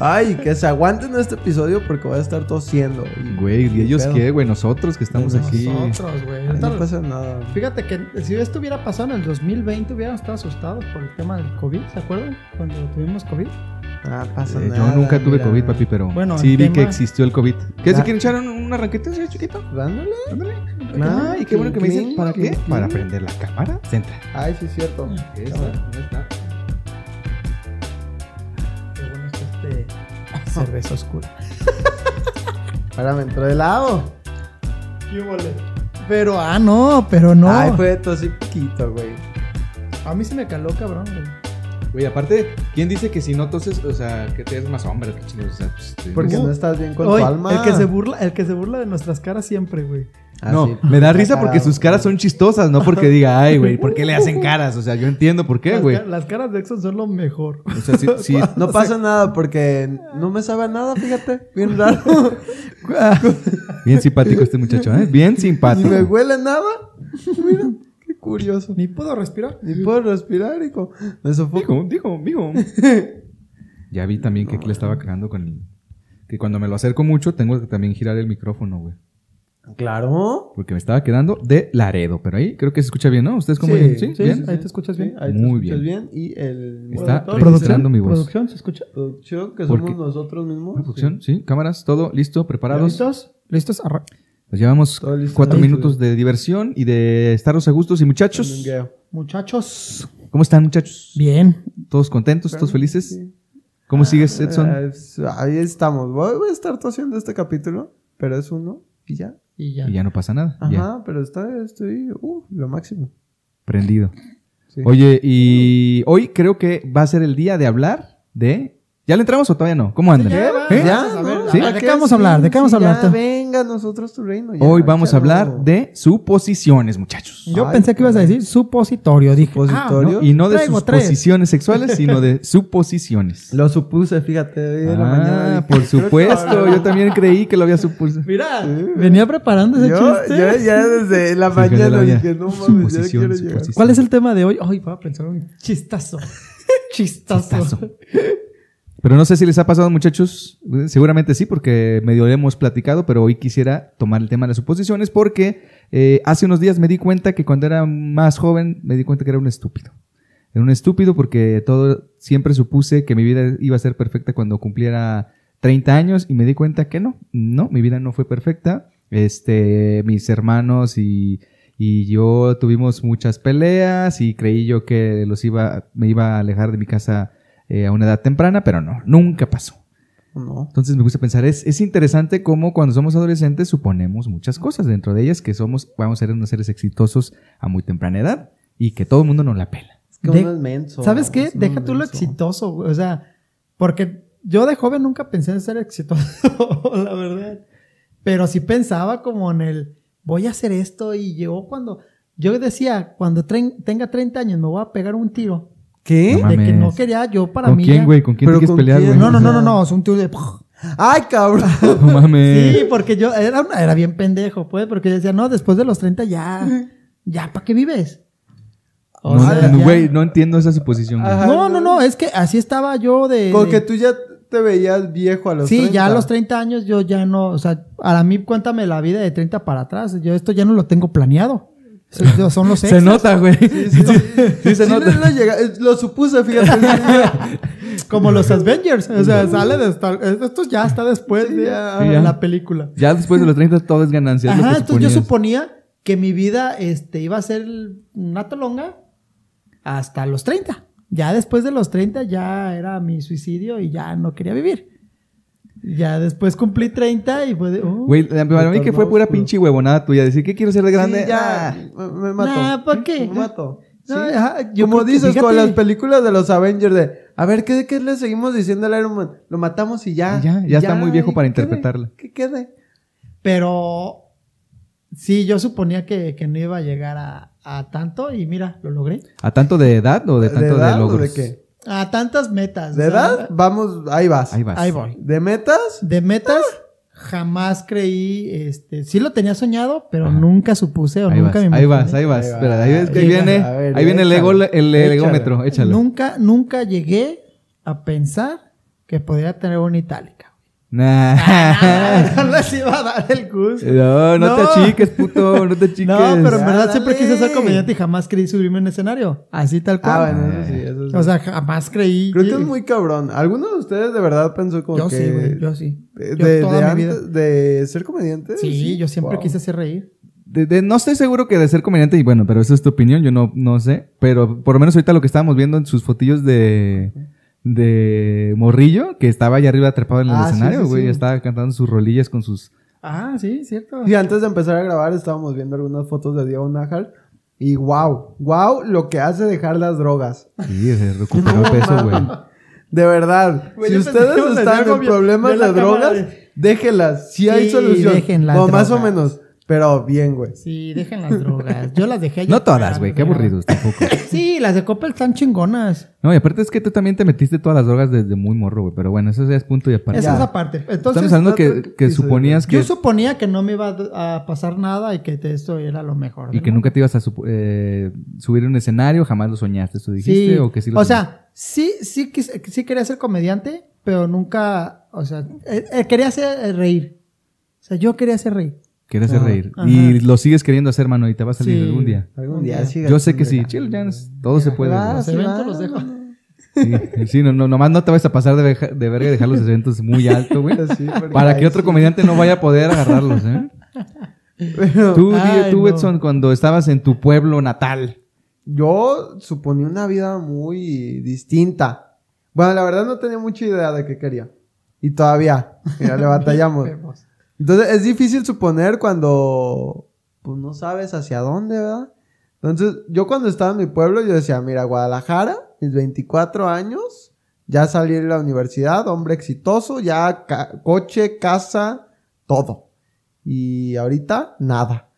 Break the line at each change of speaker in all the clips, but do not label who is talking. Ay, que se aguanten este episodio porque voy a estar tosiendo. y-
Güey, ¿y
y
ellos
pedo.
qué, güey? Nosotros que estamos aquí.
Nosotros, güey.
Ay, No
Ahorita-
pasa nada.
Fíjate que si esto hubiera pasado en el 2020, hubiéramos estado asustados por el tema del COVID, ¿se acuerdan? Cuando tuvimos COVID.
Ah, pasa
Eh,
nada.
yo nunca tuve
mira.
COVID, papi, pero
Bueno,
sí
el
vi
tema-
que existió el COVID. ¿Qué? ¿Se
Da-
quieren echar un, un arranquete así chiquito?
Dándole.
Ah, y qué bueno que me dicen.
Clink,
¿Para qué?
clink,
Para
clink.
prender la cámara. Centra.
Ay, sí, es cierto. Cámara.
Qué bueno es este cerveza oscura.
Ahora me entró helado.
Pero, ah, no, pero no.
Ay,
pues,
fue tosí poquito, güey.
A mí se me caló, cabrón, güey.
Güey, aparte, ¿quién dice que si no toses, o sea, que te eres más hombre? qué chingados? O sea, pues, te-
Porque
Uh,
no estás bien con
Oy,
tu alma.
El que, se burla, el que se burla de nuestras caras siempre, güey.
Ah,
no,
sí.
me da
Está
risa porque
cagado.
sus caras son chistosas, no porque diga, ay, güey, ¿por qué le hacen caras? O sea, yo entiendo por qué,
Las
güey.
ca- Las caras de Exxon son lo mejor.
O sea, sí, sí,
No pasa nada porque no me sabe a nada, fíjate. Bien raro.
bien simpático este muchacho, ¿eh? Bien
Ni me
simpático.
huele nada. Mira, qué curioso.
Ni puedo respirar.
Ni puedo respirar, hijo. Me sofoco.
Digo, digo, digo. Ya vi también que aquí le estaba cagando con el... Que cuando me lo acerco mucho tengo que también girar el micrófono, güey.
Claro.
Porque me estaba quedando de Laredo, pero ahí creo que se escucha bien, ¿no? ¿Ustedes cómo oyen? ¿Sí? ¿Bien?
sí. Ahí te escuchas bien.
ahí
Muy
te escuchas
bien.
bien. Y el
Está
monitor,
registrando mi voz.
¿Producción se escucha?
producción, que
Porque-
somos nosotros mismos.
¿Producción? ¿Sí? ¿Cámaras? ¿Todo listo? ¿Preparados?
¿Listos? ¿Listos? Arra-
Nos llevamos
Todo listo.
cuatro
Ahí,
minutos de diversión y de estarnos a gustos. Y
Sí.
muchachos,
Muchachos.
¿cómo están, muchachos?
Bien.
¿Todos contentos? ¿Todos felices?
Sí.
¿Cómo sigues, Edson?
Ah, es- Ahí estamos. Voy voy a estar tosiendo este capítulo, pero es uno y ya.
Y ya.
Y ya no pasa nada.
ah. Ajá,
Ya,
pero está, estoy, uh, lo máximo.
prendido.
Sí.
Oye, y hoy creo que va a ser el día de hablar de. ¿Ya le entramos o todavía no? ¿Cómo andan?
ya, va.
¿Eh?
Ya,
¿no?
a ver,
¿Sí?
¿de qué vamos a hablar? ¿De qué vamos a
Sí,
hablar?
Ya, venga, a nosotros tu reino. ya,
Hoy vamos a hablar
chalo.
de suposiciones, muchachos.
Yo
Ay,
pensé que ibas a decir supositorio. Dije,
Supositorio.
ah,
¿No? Y no de
Traigo
sus
tres.
posiciones sexuales, sino de suposiciones.
Lo supuse, fíjate, hoy en la mañana.
Ah,
dije,
por
creo que-
supuesto. Yo también creí que lo había supuesto.
Mira, venía preparando ese
Yo,
chiste.
yo ya desde la
Sí, que de la
mañana
mañana.
dije, no mames, ya
Suposición,
quiero llegar.
suposición.
¿Cuál es el tema de hoy? Ay, voy a pensar un chistazo. chistazo.
Chistazo. Pero no sé si les ha pasado, muchachos. Eh, Seguramente sí, porque medio hemos platicado, pero hoy quisiera tomar el tema de las suposiciones porque eh, hace unos días me di cuenta que cuando era más joven me di cuenta que era un estúpido. Era un estúpido porque todo siempre supuse que mi vida iba a ser perfecta cuando cumpliera 30 años y me di cuenta que no, no, mi vida no fue perfecta. Este, mis hermanos y, y yo tuvimos muchas peleas y creí yo que los iba, me iba a alejar de mi casa eh, a una edad temprana, pero no, nunca pasó.
No.
Entonces me gusta pensar, es, es interesante cómo cuando somos adolescentes suponemos muchas cosas, dentro de ellas que somos, vamos a ser unos seres exitosos a muy temprana edad y que todo el mundo nos la pela.
Es que
De-
uno es menso.
¿Sabes
vamos,
qué?
uno
Deja
es
tú lo
menso.
exitoso, güey. O sea, porque yo de joven nunca pensé en ser exitoso, la verdad. Pero sí pensaba como en el, voy a hacer esto y llegó cuando, yo decía, cuando trein- tenga 30 años me voy a pegar un tiro.
¿Qué?
No mames.
De que no quería yo para
¿Con
mí.
quién,
ya-
güey? ¿Con quién te
¿Pero
quieres
con
pelear,
quién?
güey?
No, no, no, no, no, es un tiro de... Eh.
Ay, cabrón.
No mames.
Sí, porque yo era, una- era bien pendejo, pues, porque yo decía, no, después de los 30 ya, ya, ¿para qué vives? O
No,
sea,
entiendo,
ya-
güey, no entiendo esa suposición. güey.
Ajá.
No, no, no, es que así estaba yo de...
Con que
de-
tú ya te veías viejo a los
sí, ya
30.
a los 30 años yo ya no, o sea, para mí cuéntame la vida de 30 para atrás, yo esto ya no lo tengo planeado. Eso- yo- Son los
Se
extras.
nota, güey.
Sí, sí,
se
sí,
nota.
no llega- eh, Lo supuse, fíjate.
Como los Avengers, o sea, sale de estar, esto ya está después de
ya.
Sí, ya.
la película.
Ya después de los 30 todo es ganancia. es lo
Ajá,
que
entonces yo
suponías.
suponía que mi vida este, iba a ser una tolonga hasta los 30. Ya después de los 30 ya era mi suicidio y ya no quería vivir. Ya después cumplí 30 y fue de... oh,
Güey, la- para mí que fue pura
oscuro.
pinche huevonada tuya. Decir, ¿qué quiero ser de grande?
Sí, ya.
Ah.
Me, me mato.
Nah, ¿pa' qué?
Me mato.
no,
Sí.
ajá, yo
Como
creo que-
dices con
fíjate,
las películas de los Avengers de, a ver, ¿qué, qué le seguimos diciendo al Iron Man? Lo matamos y ya.
Y ya, ya está muy viejo
y
para
que quede,
interpretarla.
Que quede.
Pero sí, yo suponía que, que no iba a llegar a, a tanto y mira, lo logré.
¿A tanto de edad o de tanto de,
edad o ¿De
logros?
qué?
A tantas metas.
¿De
o sea,
edad? Vamos, ahí vas.
Ahí vas.
Ahí voy.
¿De metas?
De metas jamás creí, este, sí lo tenía soñado, pero
Ajá.
nunca supuse o
Ahí
nunca
vas,
me
ahí
imaginé.
vas, ahí vas.
Ahí va.
Espera, ahí ves que ahí
Ahí
viene,
va. A ver,
ahí viene el,
échalo.
ego, el
Échalo.
egómetro, échalo.
Nunca, nunca llegué a pensar que podría tener una itálica.
Nah.
no les iba a dar el gusto.
Eh,
No, no, te
No.
achiques, puto, no te achiques.
No, pero en verdad
Ándale.
siempre quise ser comediante y jamás creí subirme en escenario. Así tal cual.
Ah, bueno, eso sí, eso sí.
O sea, jamás creí.
Creo que es muy cabrón. ¿Alguno de ustedes de verdad pensó como
Yo
que...
sí, güey, yo sí.
De,
Yo
de-
toda
de
mi vida.
antes- de ser comediante.
Sí, yo siempre
Wow.
quise hacer reír.
De- de- no estoy seguro que de ser comediante, y bueno, pero esa es tu opinión, yo no, no sé. Pero por lo menos ahorita lo que estábamos viendo en sus fotillos de, de Morrillo, que estaba allá arriba atrapado en el
Ah, sí,
escenario,
sí,
güey,
sí.
estaba cantando sus rolillas con sus.
Ah, sí, cierto.
Y antes de empezar a grabar estábamos viendo algunas fotos de Diego Nájar. Y wow, wow lo que hace dejar las drogas.
Sí, se recuperó el peso, güey.
De verdad,
Güey,
si
yo pensé que
ustedes
ibas a
están
decir
en
algo bien-
problemas
de
de,
la cámara
drogas,
de-
déjenlas. Sí, hay
Sí,
solución.
dejen las
o más o
drogas.
menos. Pero bien, güey.
Sí, dejen las drogas. Yo las dejé.
No
ya
todas,
atrás,
güey, qué
pero-
aburridos tampoco.
Sí, las de Coppel están chingonas.
No, y aparte es que tú también te metiste todas las drogas desde muy morro, güey. Pero bueno, eso ya es punto y aparte.
Esa
Ya.
es la parte.
Estamos
Entonces,
hablando
otro
que, que
episodio,
suponías que.
yo suponía que no me iba a a pasar nada y que te- esto era lo mejor.
Y
del
que
mundo.
nunca te ibas a supo- eh, subir a un escenario, jamás lo soñaste, ¿tú dijiste?
Sí.
¿O que sí lo
o
soñaste?
sea, sí, sí, quis- sí quería ser comediante, pero nunca, o sea, eh, eh, quería hacer eh, reír. O sea, yo quería hacer reír.
Quieres hacer
Ah, Ajá.
reír.
Ajá.
Y lo sigues queriendo hacer, mano, y te va a salir
Sí.
algún día.
Algún
Un
día
día.
sí.
Yo sé que
gacho,
sí,
mira.
chill, ya, todo se puede.
Ah,
güey.
Los
sí,
eventos
va,
los dejo.
Sí, sí, no, no, nomás no te vas a pasar de, veja- de verga y dejar los eventos muy alto, güey.
Sí, porque
Para que
ahí
otro
sí.
comediante no vaya a poder agarrarlos, ¿eh?
Pero
Tú, di-
Ay,
tú
no.
Edson, cuando estabas en tu pueblo natal.
Yo suponía una vida muy distinta. Bueno, la verdad no tenía mucha idea de qué quería. Y todavía, mira, le batallamos.
Vemos.
Entonces es difícil suponer cuando pues no sabes hacia dónde, ¿verdad? Entonces yo cuando estaba en mi pueblo yo decía, mira, Guadalajara, mis 24 años, ya salí de la universidad, hombre exitoso, ya ca- coche, casa, todo. Y ahorita nada.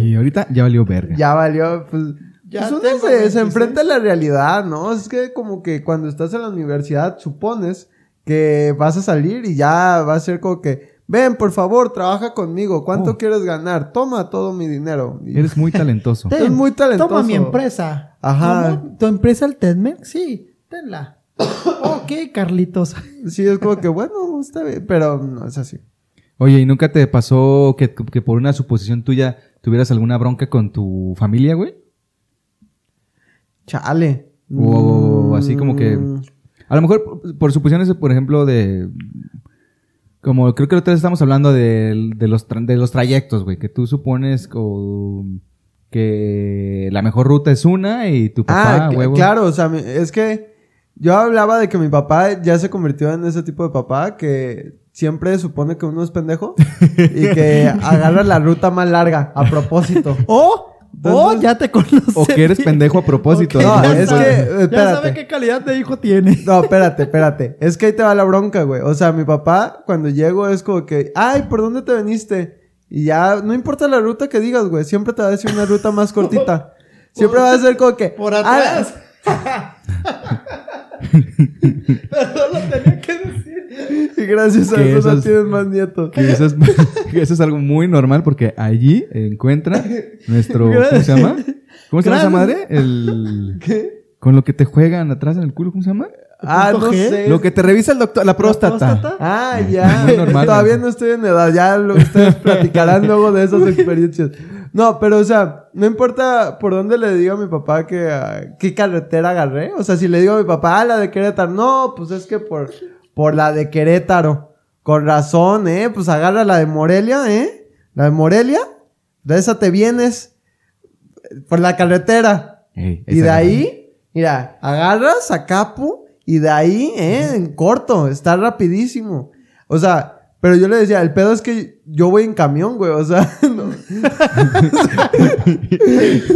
Y ahorita ya valió verga.
ya valió, pues,
Ya
pues, uno
tengo
se, se
26.
enfrenta a la realidad, ¿no? Es que como que cuando estás en la universidad supones que vas a salir y ya va a ser como que, ven, por favor, trabaja conmigo, ¿cuánto
Oh.
quieres ganar? Toma todo mi dinero. Y-
Eres muy talentoso.
Es
Ten,
muy talentoso.
Toma mi empresa.
Ajá.
¿Cómo? ¿Tu empresa el E Tedmex? Sí, tenla. ok, Carlitos.
Sí, es como que, bueno, está bien, pero no es así.
Oye, ¿y nunca te pasó que, que por una suposición tuya tuvieras alguna bronca con tu familia, güey?
Chale.
O así como que-
Mm,
A lo mejor por- por suposiciones, por ejemplo, de... Como creo que la otra vez estamos hablando de, de los, tra- de los trayectos, güey, que tú supones co- que la mejor ruta es una y tu papá,
Ah, cl-
huevo.
claro, o sea, mi- es que yo hablaba de que mi papá ya se convirtió en ese tipo de papá que siempre supone que uno es pendejo y que agarra la ruta más larga a propósito.
O, o
Entonces-
ya te conoces.
O que eres pendejo a propósito.
Ok,
¿no?
no,
Entonces,
es que-
Ya
espérate.
sabe qué calidad de hijo tiene.
No, espérate, espérate. Es que ahí te va la bronca, güey. O sea, mi papá, cuando llego, es como que, ay, ¿por dónde te veniste? Y ya, no importa la ruta que digas, güey. Siempre te va a decir una ruta más cortita. Siempre va a ser como que.
Por
"Ah,
atrás. Perdón, lo tenía que decir.
Y gracias a
Que
eso no
esas-
tienes más nietos.
que eso, es, que eso es algo muy normal porque allí encuentra nuestro... ¿Cómo se llama? ¿Cómo se llama esa madre?
Gracias.
El...
¿Qué?
Con lo que te juegan atrás en el culo, ¿cómo se llama?
Ah,
¿Punto
no
G?
sé.
Lo que te revisa el doctor, la próstata.
próstata?
Ah, ya.
Muy normal.
Todavía no estoy en edad, ya lo ustedes platicarán luego de esas experiencias. No, pero o sea, no importa por dónde le digo a mi papá que ah, qué carretera agarré. O sea, si le digo a mi papá, ah, la de Querétaro, no, pues es que por, por la de Querétaro. Con razón, eh, pues agarra la de Morelia, eh. La de Morelia, de esa te vienes por la carretera.
Ey,
Y de
esa-
ahí, mira, agarras a Capu y de ahí, eh, en corto, está rapidísimo. O sea, pero yo le decía, el pedo es que yo voy en camión, güey, o sea, no.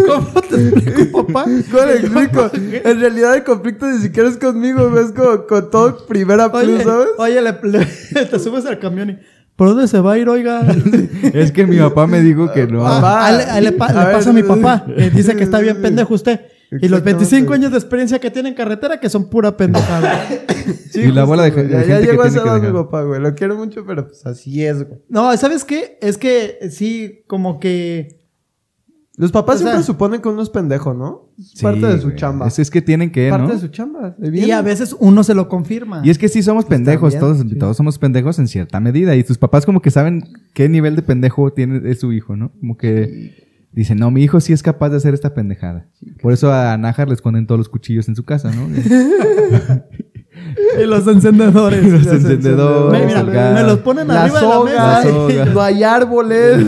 ¿Cómo te explico, papá?
¿Cómo le explico? En realidad el conflicto ni siquiera es conmigo, güey, es como con todo primera plus,
Oye,
¿sabes?
oye le- le- te subes al camión y... ¿Por dónde se va a ir, oiga?
Es que mi papá me dijo que no.
Ah,
Ah, le, ahí le pa- le
A ver.
pasa a mi papá, que dice que está bien pendejo usted. Y los
Exactamente.
25 años de experiencia que tiene en carretera que son pura pendejada.
Sí,
Y la bola de
güey,
ge-
ya-
de
Ya
gente que
llegó a
tiene
esa
que
edad mi
dejar.
papá, güey, lo quiero mucho, pero pues así es, güey.
No, ¿sabes qué? Es que sí, como que
Los papás
O sea-
siempre suponen que uno es pendejo, ¿no? Es
Sí,
parte de su
güey.
chamba.
Es, es que tienen que,
parte
¿no?
de su chamba. de bien.
Y a veces uno se lo confirma.
Y es que sí somos pendejos,
bien,
todos,
sí.
todos somos pendejos en cierta medida. Y tus papás como que saben qué nivel de pendejo tiene es su hijo, ¿no? Como que dicen, no, mi hijo sí es capaz de hacer esta pendejada. Por eso a Nájar le esconden todos los cuchillos en su casa, ¿no?
Y los encendedores.
Y los
Los
encendedores,
Mira,
el gas.
me los ponen
La
arriba de
soga,
la
La
mesa.
soga.
no hay árboles.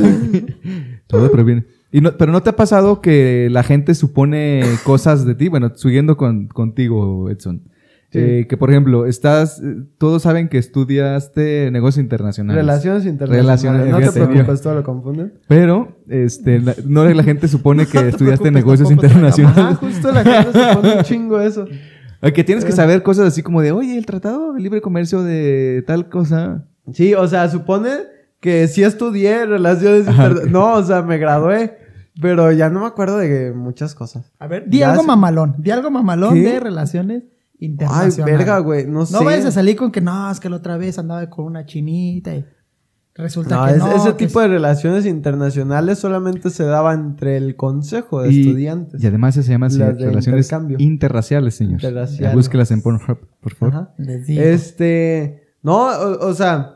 Todo proviene. Y no- pero no te ha pasado que la gente supone cosas de ti, bueno, siguiendo con, contigo, Edson.
Sí.
Eh, que por ejemplo, estás, eh, todos saben que estudiaste negocios internacionales.
Relaciones internacionales.
Relaciones,
no te
fíjate, mira.
preocupes, todo lo confunden.
Pero, este, la, no la gente supone que
No te
estudiaste
preocupes,
negocios
tampoco te
Ajá,
internacionales.
justo la gente supone un chingo eso.
Ay, Que tienes que saber cosas así como de, oye, el Tratado de Libre Comercio de tal cosa.
Sí, o sea, supone que sí estudié relaciones internacionales. No, o sea, me gradué. Pero ya no me acuerdo de muchas cosas.
A ver, di
Ya
algo
se-
mamalón. Di algo mamalón
¿Qué?
de relaciones
Ay,
internacionales.
verga, güey. No, sé.
No vayas a salir con que no, es que la otra vez andaba con una chinita y resulta
No,
que
es-
no.
ese
que
tipo de relaciones internacionales solamente se daba entre el consejo de
Y-
estudiantes.
Y además se llama así,
Las de
relaciones
intercambio.
interraciales, señor.
Interraciales.
Búsquelas en Pornhub, por favor.
Ajá.
Les digo.
Este, no, o, o sea,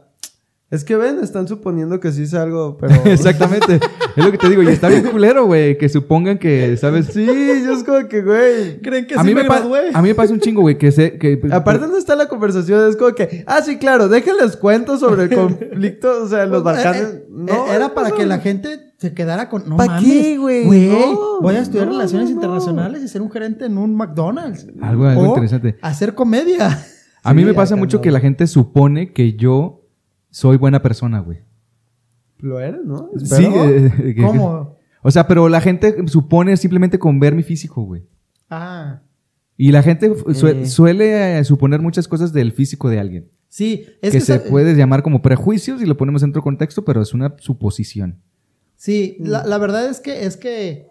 es que ven, están suponiendo que sí es algo, pero
Exactamente. es lo que te digo. Y está bien culero, güey. Que supongan que, ¿sabes?
sí, yo es como que, güey.
¿Creen que
a,
sí
mí
me
me pa-
gradué?
a mí me pasa un chingo, güey. Que sé que.
Aparte no está la conversación, es como que, ah, sí, claro, déjenles cuento sobre el conflicto, o sea, en los Balcanes.
Eh, eh,
No,
era para
no.
que la gente se quedara con. No
¿Pa'
mames,
qué, güey? No,
voy a estudiar
no,
relaciones
no, no.
internacionales y ser un gerente en un McDonald's.
Algo- algo
O
interesante.
Hacer comedia.
A mí
Sí,
me pasa
acá
mucho
no.
que la gente supone que yo soy buena persona, güey.
Lo eres, ¿no?
Sí,
Espero.
eh, que-
¿Cómo?
O sea, pero la gente supone simplemente con ver mi físico, güey.
Ah.
Y la gente f- sue-
Eh.
suele eh, suponer muchas cosas del físico de alguien.
Sí, es
que,
que,
se
sa-
puede llamar como prejuicios y lo ponemos dentro de contexto, pero es una suposición.
Sí, la, la verdad es que es que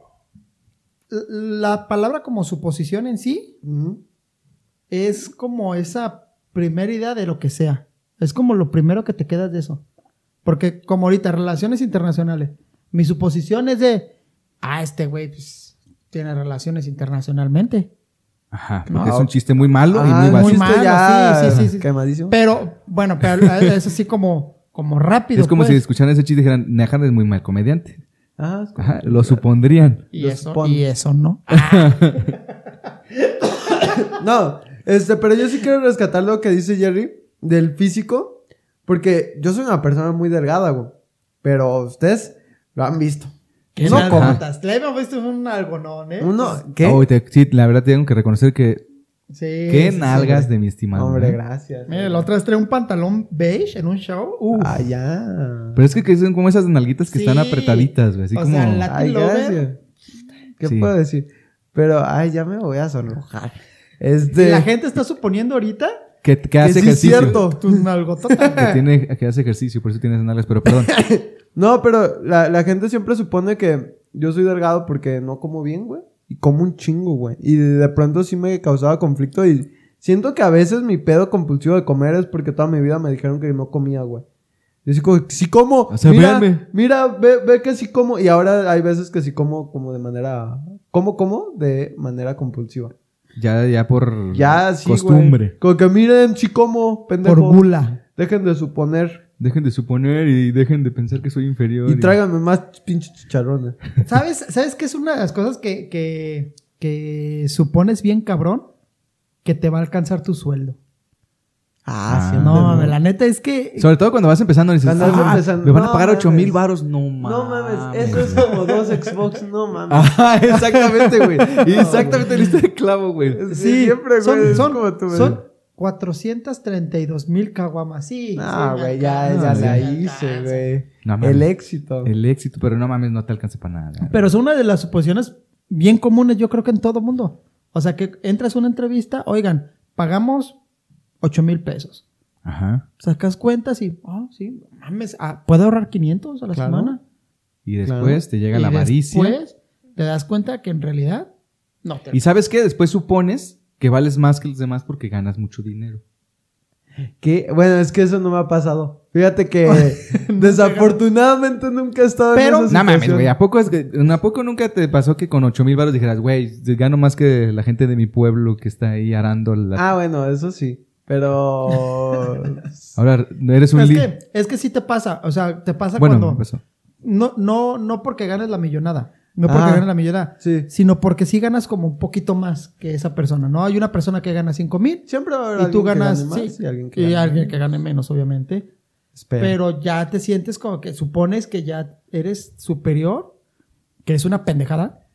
l- la palabra como suposición en sí
Ujú.
es como esa primera idea de lo que sea. Es como lo primero que te quedas de eso. Porque como ahorita, relaciones internacionales, mi suposición es de, ah, este güey pues, tiene relaciones internacionalmente.
Ajá.
No.
Porque es un chiste muy malo
Ah,
y muy
un
básico.
chiste
malo,
ya
sí, sí, sí, sí.
quemadísimo.
Pero, bueno, pero es así como, como rápido.
Es como
pues.
si escucharan ese chiste y dijeran, Nehan es muy mal comediante.
Ah, es como-
Ajá, lo supondrían.
Y
Los
eso,
pon-
y eso no.
No, este, pero yo sí quiero rescatar lo que dice Jerry del físico, porque yo soy una persona muy delgada, güey. Pero ustedes lo han visto.
¿Qué
No
me
como.
contas? Le hemos visto un algonón, ¿eh?
Uno, ¿qué?
Oh, te- sí, la verdad tengo que reconocer que...
Sí.
qué
sí, sí.
nalgas de mi estimado.
Hombre,
¿eh?
gracias.
Mira, la otra vez traía un pantalón beige en un show. Uf.
Ah, ya.
Pero es que, que son como esas nalguitas que están
Sí.
apretaditas, güey. Así
O
como...
sea, la-
Ay,
Latin lover.
gracias. ¿Qué
Sí.
puedo decir? Pero, ay, ya me voy a sonrojar.
Y
Este.
La gente está suponiendo ahorita
Que, que
sí
hace
es
ejercicio.
cierto.
tus nalgototas.
Eh.
Que, tiene, que hace ejercicio, por eso tienes nalgas, pero perdón.
No, pero la, la gente siempre supone que yo soy delgado porque no como bien, güey. Y como un chingo, güey. Y de, de pronto sí me causaba conflicto y siento que a veces mi pedo compulsivo de comer es porque toda mi vida me dijeron que no comía, güey. Yo sí, como, sí como.
O sea,
mira,
véanme.
mira, ve, ve que sí como. Y ahora hay veces que sí como como de manera... ¿Cómo como? De manera compulsiva.
Ya, ya por
Ya sí, güey.
costumbre.
Como que miren, sí como, pendejo.
Por gula.
Dejen de suponer.
Dejen de suponer y dejen de pensar que soy inferior.
Y tráiganme más pinches chicharrones.
¿Sabes, ¿Sabes qué es una de las cosas que, que, que supones bien cabrón? Que te va a alcanzar tu sueldo.
Ah,
siempre,
No, la neta es que...
Sobre todo cuando vas empezando y dices,
Cuando vas
"Ah,
empezando,
me van a
no
pagar
mames.
8 mil varos. No mames.
No mames, eso es como dos Xbox, no mames.
Ajá, exactamente, güey. Exactamente, listo de clavo, güey.
Sí, siempre, güey.
son,
es
son,
como tu-
son 432 mil caguamas. Sí,
No,
sí,
güey,
me
ya,
alcanza,
ya
sí
la
me
hice,
alcanza.
güey.
No mames.
El éxito.
El éxito, pero no mames, no te alcanza para nada.
Pero es una de las suposiciones bien comunes, yo creo que en todo mundo. O sea, que entras a una entrevista, oigan, pagamos 8 mil pesos.
Ajá.
Sacas cuentas y, ah, sí, mames, ah, ¿puedo ahorrar 500 a la
Claro.
semana?
Y después
Claro.
te llega
Y
la avaricia.
Después te das cuenta que en realidad no te
Y sabes qué? Después supones que vales más que los demás porque ganas mucho dinero.
Que, bueno, es que eso no me ha pasado. Fíjate que desafortunadamente nunca he estado
Pero-
en esa
No mames,
situación.
güey. ¿A poco, es que- ¿A poco nunca te pasó que con 8 mil baros dijeras, güey, gano más que la gente de mi pueblo que está ahí arando la.
Ah, bueno, eso sí. Pero.
Ahora, eres un
Es
líder.
que, es que sí te pasa, o sea, te pasa
Bueno, pues-
cuando...
me pasó.
No, no, no porque ganes la millonada, no porque
Ah.
ganes la millonada,
sí.
sino porque sí ganas como un poquito más que esa persona, ¿no? Hay una persona que gana 5 mil
Siempre va a haber
y tú
alguien que
ganas...
gane más
sí,
y alguien que
y
gane
alguien
menos.
que gane menos, obviamente.
Espera.
Pero ya te sientes como que supones que ya eres superior, que es una pendejada,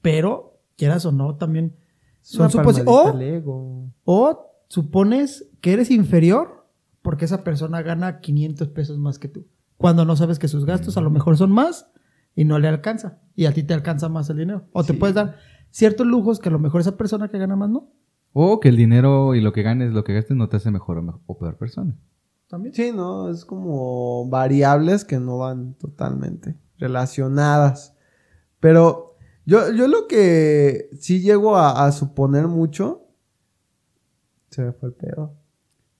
pero quieras o no, también
Es una
son suposi-
palmadita
O,
al ego.
o supones que eres inferior porque esa persona gana 500 pesos más que tú. Cuando no sabes que sus gastos a lo mejor son más y no le alcanza. Y a ti te alcanza más el dinero. O te puedes dar ciertos lujos que a lo mejor esa persona que gana más no.
O que el dinero y lo que ganes, lo que gastes, no te hace mejor o, mejor- o peor persona.
También.
Sí, no, es como variables que no van totalmente relacionadas. Pero yo, yo lo que sí llego a, a suponer mucho. Se me fue el pedo.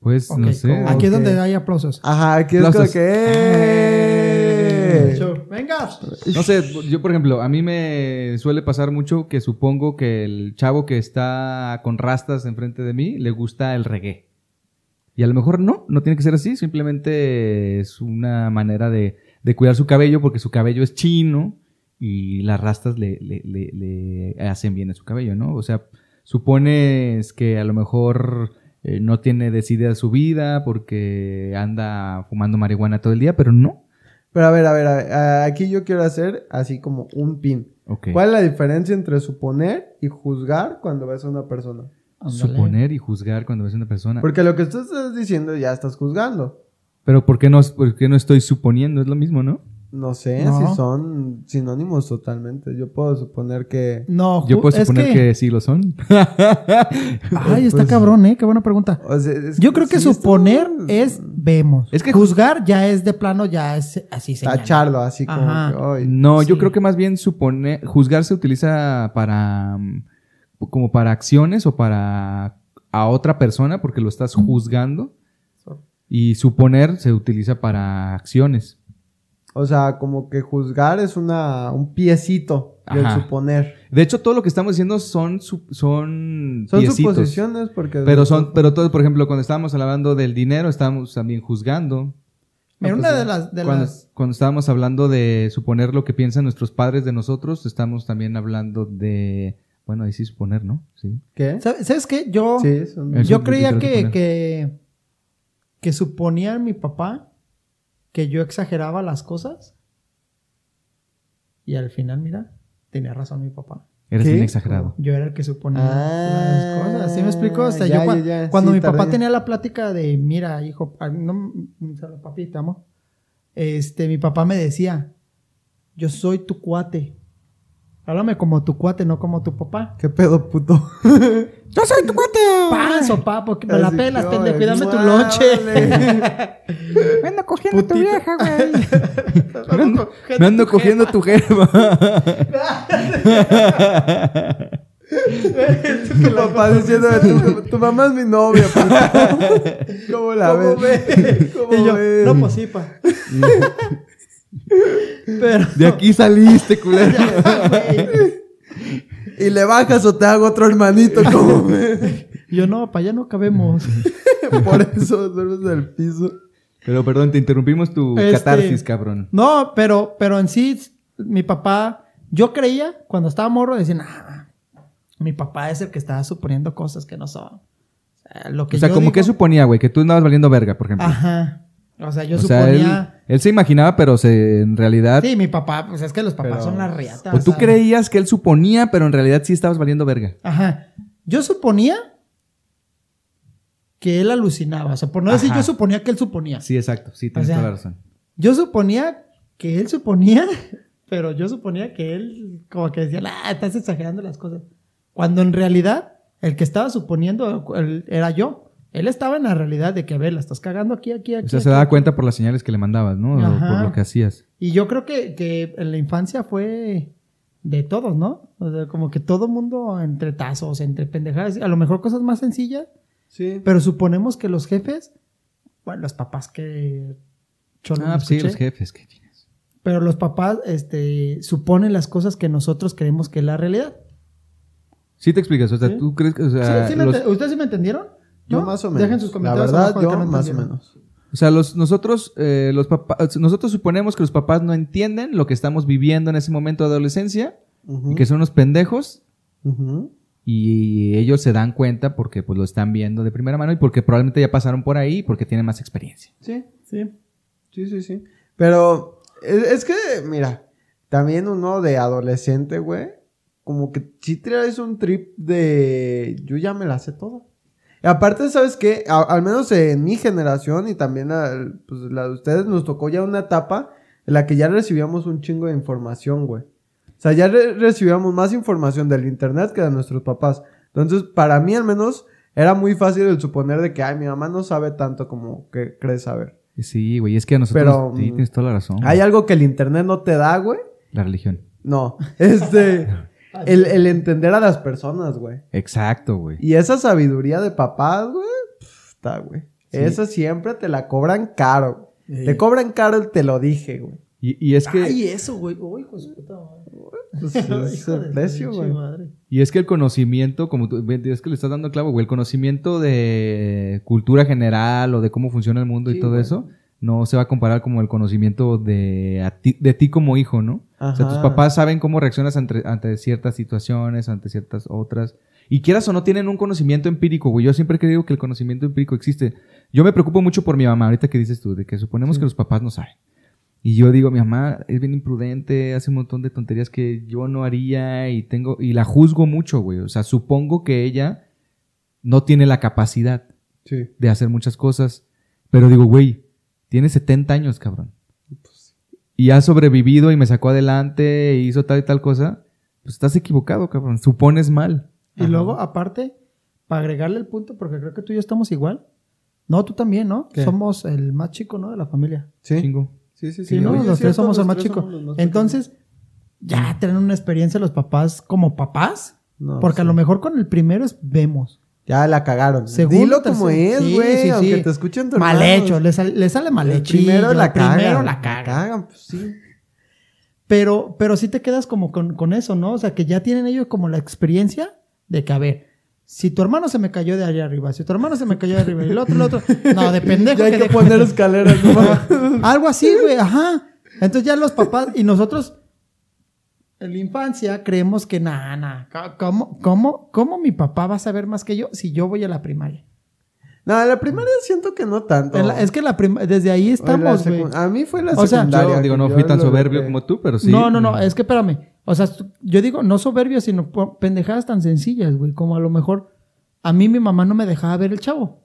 Pues, no
Ok,
sé.
Aquí es
Ok.
donde hay aplausos.
Ajá, aquí es como
Aplausos.
que. ¡eh!
Show. Venga.
No sé, yo por ejemplo, a mí me suele pasar mucho que supongo que el chavo que está con rastas enfrente de mí le gusta el reggae. Y a lo mejor no, no tiene que ser así, simplemente es una manera de, de cuidar su cabello porque su cabello es chino y las rastas le, le- le- le hacen bien a su cabello, ¿no? O sea, supones que a lo mejor eh, no tiene decidida su vida porque anda fumando marihuana todo el día, pero no.
Pero a ver, a ver, a ver, a- aquí yo quiero hacer así como un pin.
Ok.
¿Cuál es la diferencia entre suponer y juzgar cuando ves a una persona?
Ándale.
Suponer y juzgar cuando ves a una persona.
Porque lo que tú estás diciendo ya estás juzgando.
Pero ¿por qué, no, ¿por qué no estoy suponiendo? Es lo mismo, ¿no?
No sé
No.
si son sinónimos totalmente. Yo puedo suponer que.
No,
Yo
ju-
puedo
es
suponer que... sí lo son.
Ay, está
Pues-
cabrón, ¿eh? Qué buena pregunta.
o sea, es
Yo creo que
sí,
suponer
esto
es vemos.
Es que-
juzgar ya es de plano, ya es así. señala.
Tacharlo, así como
Ajá.
que. "Ay".
No, yo
Sí.
creo que más bien suponer, juzgar se utiliza para mm, como para acciones o para a otra persona porque lo estás juzgando y suponer se utiliza para acciones.
O sea, como que juzgar es una, un piecito del
Ajá.
suponer.
De hecho, todo lo que estamos diciendo son su- son
Son
piecitos.
suposiciones porque.
Pero son pero todo, por ejemplo, cuando estábamos hablando del dinero, estábamos también juzgando
Mira,
No,
una
pues,
de las. De
cuando,
las
cuando estábamos hablando de suponer lo que piensan nuestros padres de nosotros, estamos también hablando de. Bueno, ahí sí suponer, ¿no? Sí.
¿Qué?
¿Sabe- ¿Sabes qué? Yo,
Sí, son.
Es
yo
un
creía
literal
que,
suponer.
que, que suponía mi papá que yo exageraba las cosas. Y al final, mira, tenía razón mi papá.
Eres
¿Qué?
bien exagerado.
Yo era el que suponía
Ah,
las cosas. ¿Sí me explico? O sea,
ya,
yo cua-
ya, ya.
cuando
Sí,
mi papá
tardé.
tenía la plática de, mira, hijo, pa- no, mm, solo papi, te amo. Este, mi papá me decía, yo soy tu cuate. Háblame como tu cuate, no como tu papá.
¿Qué pedo, puto?
¡Yo soy tu cuate! Paso, papo, que me la
Así
pelas,
que,
pendejo,
ay,
y dame tu
guau,
lonche.
vale.
Ando cogiendo
tu vieja,
güey. me ando, me ando cogiendo tu jefa.
Tu papá diciendo, tu, tu mamá es mi novia. pues, ¿Cómo la
¿Cómo
ves?
ves?
¿Cómo
Y yo,
ves?
no, pues sí, pa. Pero...
De aquí saliste, culero.
Ya, güey.
Y le bajas o te hago otro hermanito, ¿cómo ves?
Yo, no, pa, ya no cabemos.
Por eso duermes en el piso.
Pero perdón, te interrumpimos tu
Este-
catarsis, cabrón.
No, pero, pero en sí, mi papá, yo creía cuando estaba morro, decía, "Nah, mi papá es el que estaba suponiendo cosas que no son. O sea, lo que
O sea,
yo
como
digo-
que suponía, güey, que tú andabas valiendo verga, por ejemplo.
Ajá. O sea, yo
o sea,
suponía.
él, él se imaginaba, pero se, en realidad.
Sí, mi papá, pues es que los papás
Pero-
son las riatas.
o tú
¿sabes?
creías que él suponía, pero en realidad sí estabas valiendo verga.
Ajá. Yo suponía que él alucinaba. O sea, por no decir,
Ajá.
yo suponía que él suponía.
Sí, exacto. Sí, tienes
sea,
toda la razón.
Yo suponía que él suponía, pero yo suponía que él como que decía, ah, estás exagerando las cosas. Cuando en realidad el que estaba suponiendo el- era yo. Él estaba en la realidad de que, a ver, la estás cagando aquí, aquí, aquí.
O sea,
aquí".
se daba cuenta por las señales que le mandabas, ¿no? O
Ajá.
por lo que hacías.
Y yo creo que, que en la infancia fue de todos, ¿no? O sea, como que todo mundo entre tazos, entre pendejadas, a lo mejor cosas más sencillas,
Sí.
Pero suponemos que los jefes, bueno, los papás que yo no
Ah, sí,
escuché,
los jefes que tienes.
pero los papás este, suponen las cosas que nosotros creemos que es la realidad.
Sí te explicas, o sea,
Sí.
tú crees que, o
Sí,
sea,
sí me
los-
ente- ¿Ustedes sí me entendieron?
Yo
¿No?
más o menos.
Dejen sus comentarios.
La
abajo
verdad,
de
yo
que no
más o
entendieron.
menos.
O sea, los, nosotros, eh, los papás, nosotros suponemos que los papás no entienden lo que estamos viviendo en ese momento de adolescencia
Ujú,
y que son unos pendejos
ujú.
y ellos se dan cuenta porque pues lo están viendo de primera mano y porque probablemente ya pasaron por ahí y porque tienen más experiencia.
Sí, sí. Sí, sí, sí. Pero es, es que, mira, también uno de adolescente, güey, como que sí traes un trip de yo ya me la sé toda. Y aparte, ¿sabes qué? A- al menos en mi generación y también al- pues, la de ustedes nos tocó ya una etapa en la que ya recibíamos un chingo de información, güey. O sea, ya re- recibíamos más información del internet que de nuestros papás. Entonces, para mí al menos era muy fácil el suponer de que, ay, mi mamá no sabe tanto como que cree saber.
Sí, güey, es que a nosotros
Pero,
sí,
mm,
tienes toda la razón.
Hay algo que el internet no te da, güey.
La religión.
No, este, el, el entender a las personas, güey.
Exacto, güey.
Y esa sabiduría de papás, güey, pf, está, güey. Esa siempre te la cobran caro.
Sí.
Te cobran caro, el te lo dije, güey.
Y, y es que
Ay, eso, güey. Uy, hijo de su puta madre.
Pues,
Hijo
es
de
el
su
precio,
pinche
güey.
madre.
y es que el conocimiento, como tú ve, es que le estás dando clavo, güey, el conocimiento de cultura general o de cómo funciona el mundo y
Sí,
todo
güey.
eso no se va a comparar como el conocimiento de a ti, de ti como hijo, ¿no? O sea, tus
Ajá.
papás saben cómo reaccionas ante, ante ciertas situaciones, ante ciertas otras. Y quieras o no, tienen un conocimiento empírico, güey. Yo siempre he creído que el conocimiento empírico existe. Yo me preocupo mucho por mi mamá, ahorita que dices tú, de que suponemos que los papás no saben. Y yo digo, mi mamá es bien imprudente, hace un montón de tonterías que yo no haría y tengo y la juzgo mucho, güey. O sea, supongo que ella no tiene la capacidad
Sí.
de hacer muchas cosas, pero digo, güey, tiene 70 años, cabrón.
pues,
Y ha sobrevivido y me sacó adelante e hizo tal y tal cosa. Pues estás equivocado, cabrón. Supones mal.
Y luego, aparte, para agregarle el punto, porque creo que tú y yo estamos igual. No, tú también, ¿no?
¿Qué?
Somos el más chico, ¿no? De la familia.
Sí.
Chingo.
Sí, sí,
Sí, ¿no?
Oye,
los
es cierto,
tres somos
los
el más
tres
chico.
somos los más
Entonces, ya tienen una experiencia los papás como papás.
pequeños. No, pues
porque a
sí.
lo mejor con el primero es vemos.
Ya la cagaron.
Segundo,
Dilo como es,
tercero. Sí,
güey.
sí, sí.
Aunque te escuchen tus
Mal
hermanos.
hecho, le sale, le sale mal
El
hecho.
Primero la cagan.
Primero la caga.
pues sí.
Pero, pero sí te quedas como con, con eso, ¿no? O sea, que ya tienen ellos como la experiencia de que, a ver, si tu hermano se me cayó de allá arriba, si tu hermano se me cayó de arriba, y el otro, el otro. No, de pendejo.
Ya hay
que
que
dejó-
poner escaleras, ¿no?
Algo así, güey, ajá. Entonces ya los papás y nosotros, en la infancia, creemos que, nah, nah, c- ¿cómo, cómo, ¿cómo mi papá va a saber más que yo si yo voy a la primaria?
No, la primera siento que no tanto.
En la- es que la prim- desde
O en
ahí
la ah,
estamos, güey.
secu- A mí fue la
O sea,
secundaria.
Yo digo, no
que
fui
yo
tan
lo
soberbio
logré.
como tú,
pues
pero sí.
No, no, no, es que espérame. O sea, tú- yo digo, no soberbio, sino po- pendejadas tan sencillas, güey, como a lo mejor a mí mi mamá no me dejaba ver el chavo.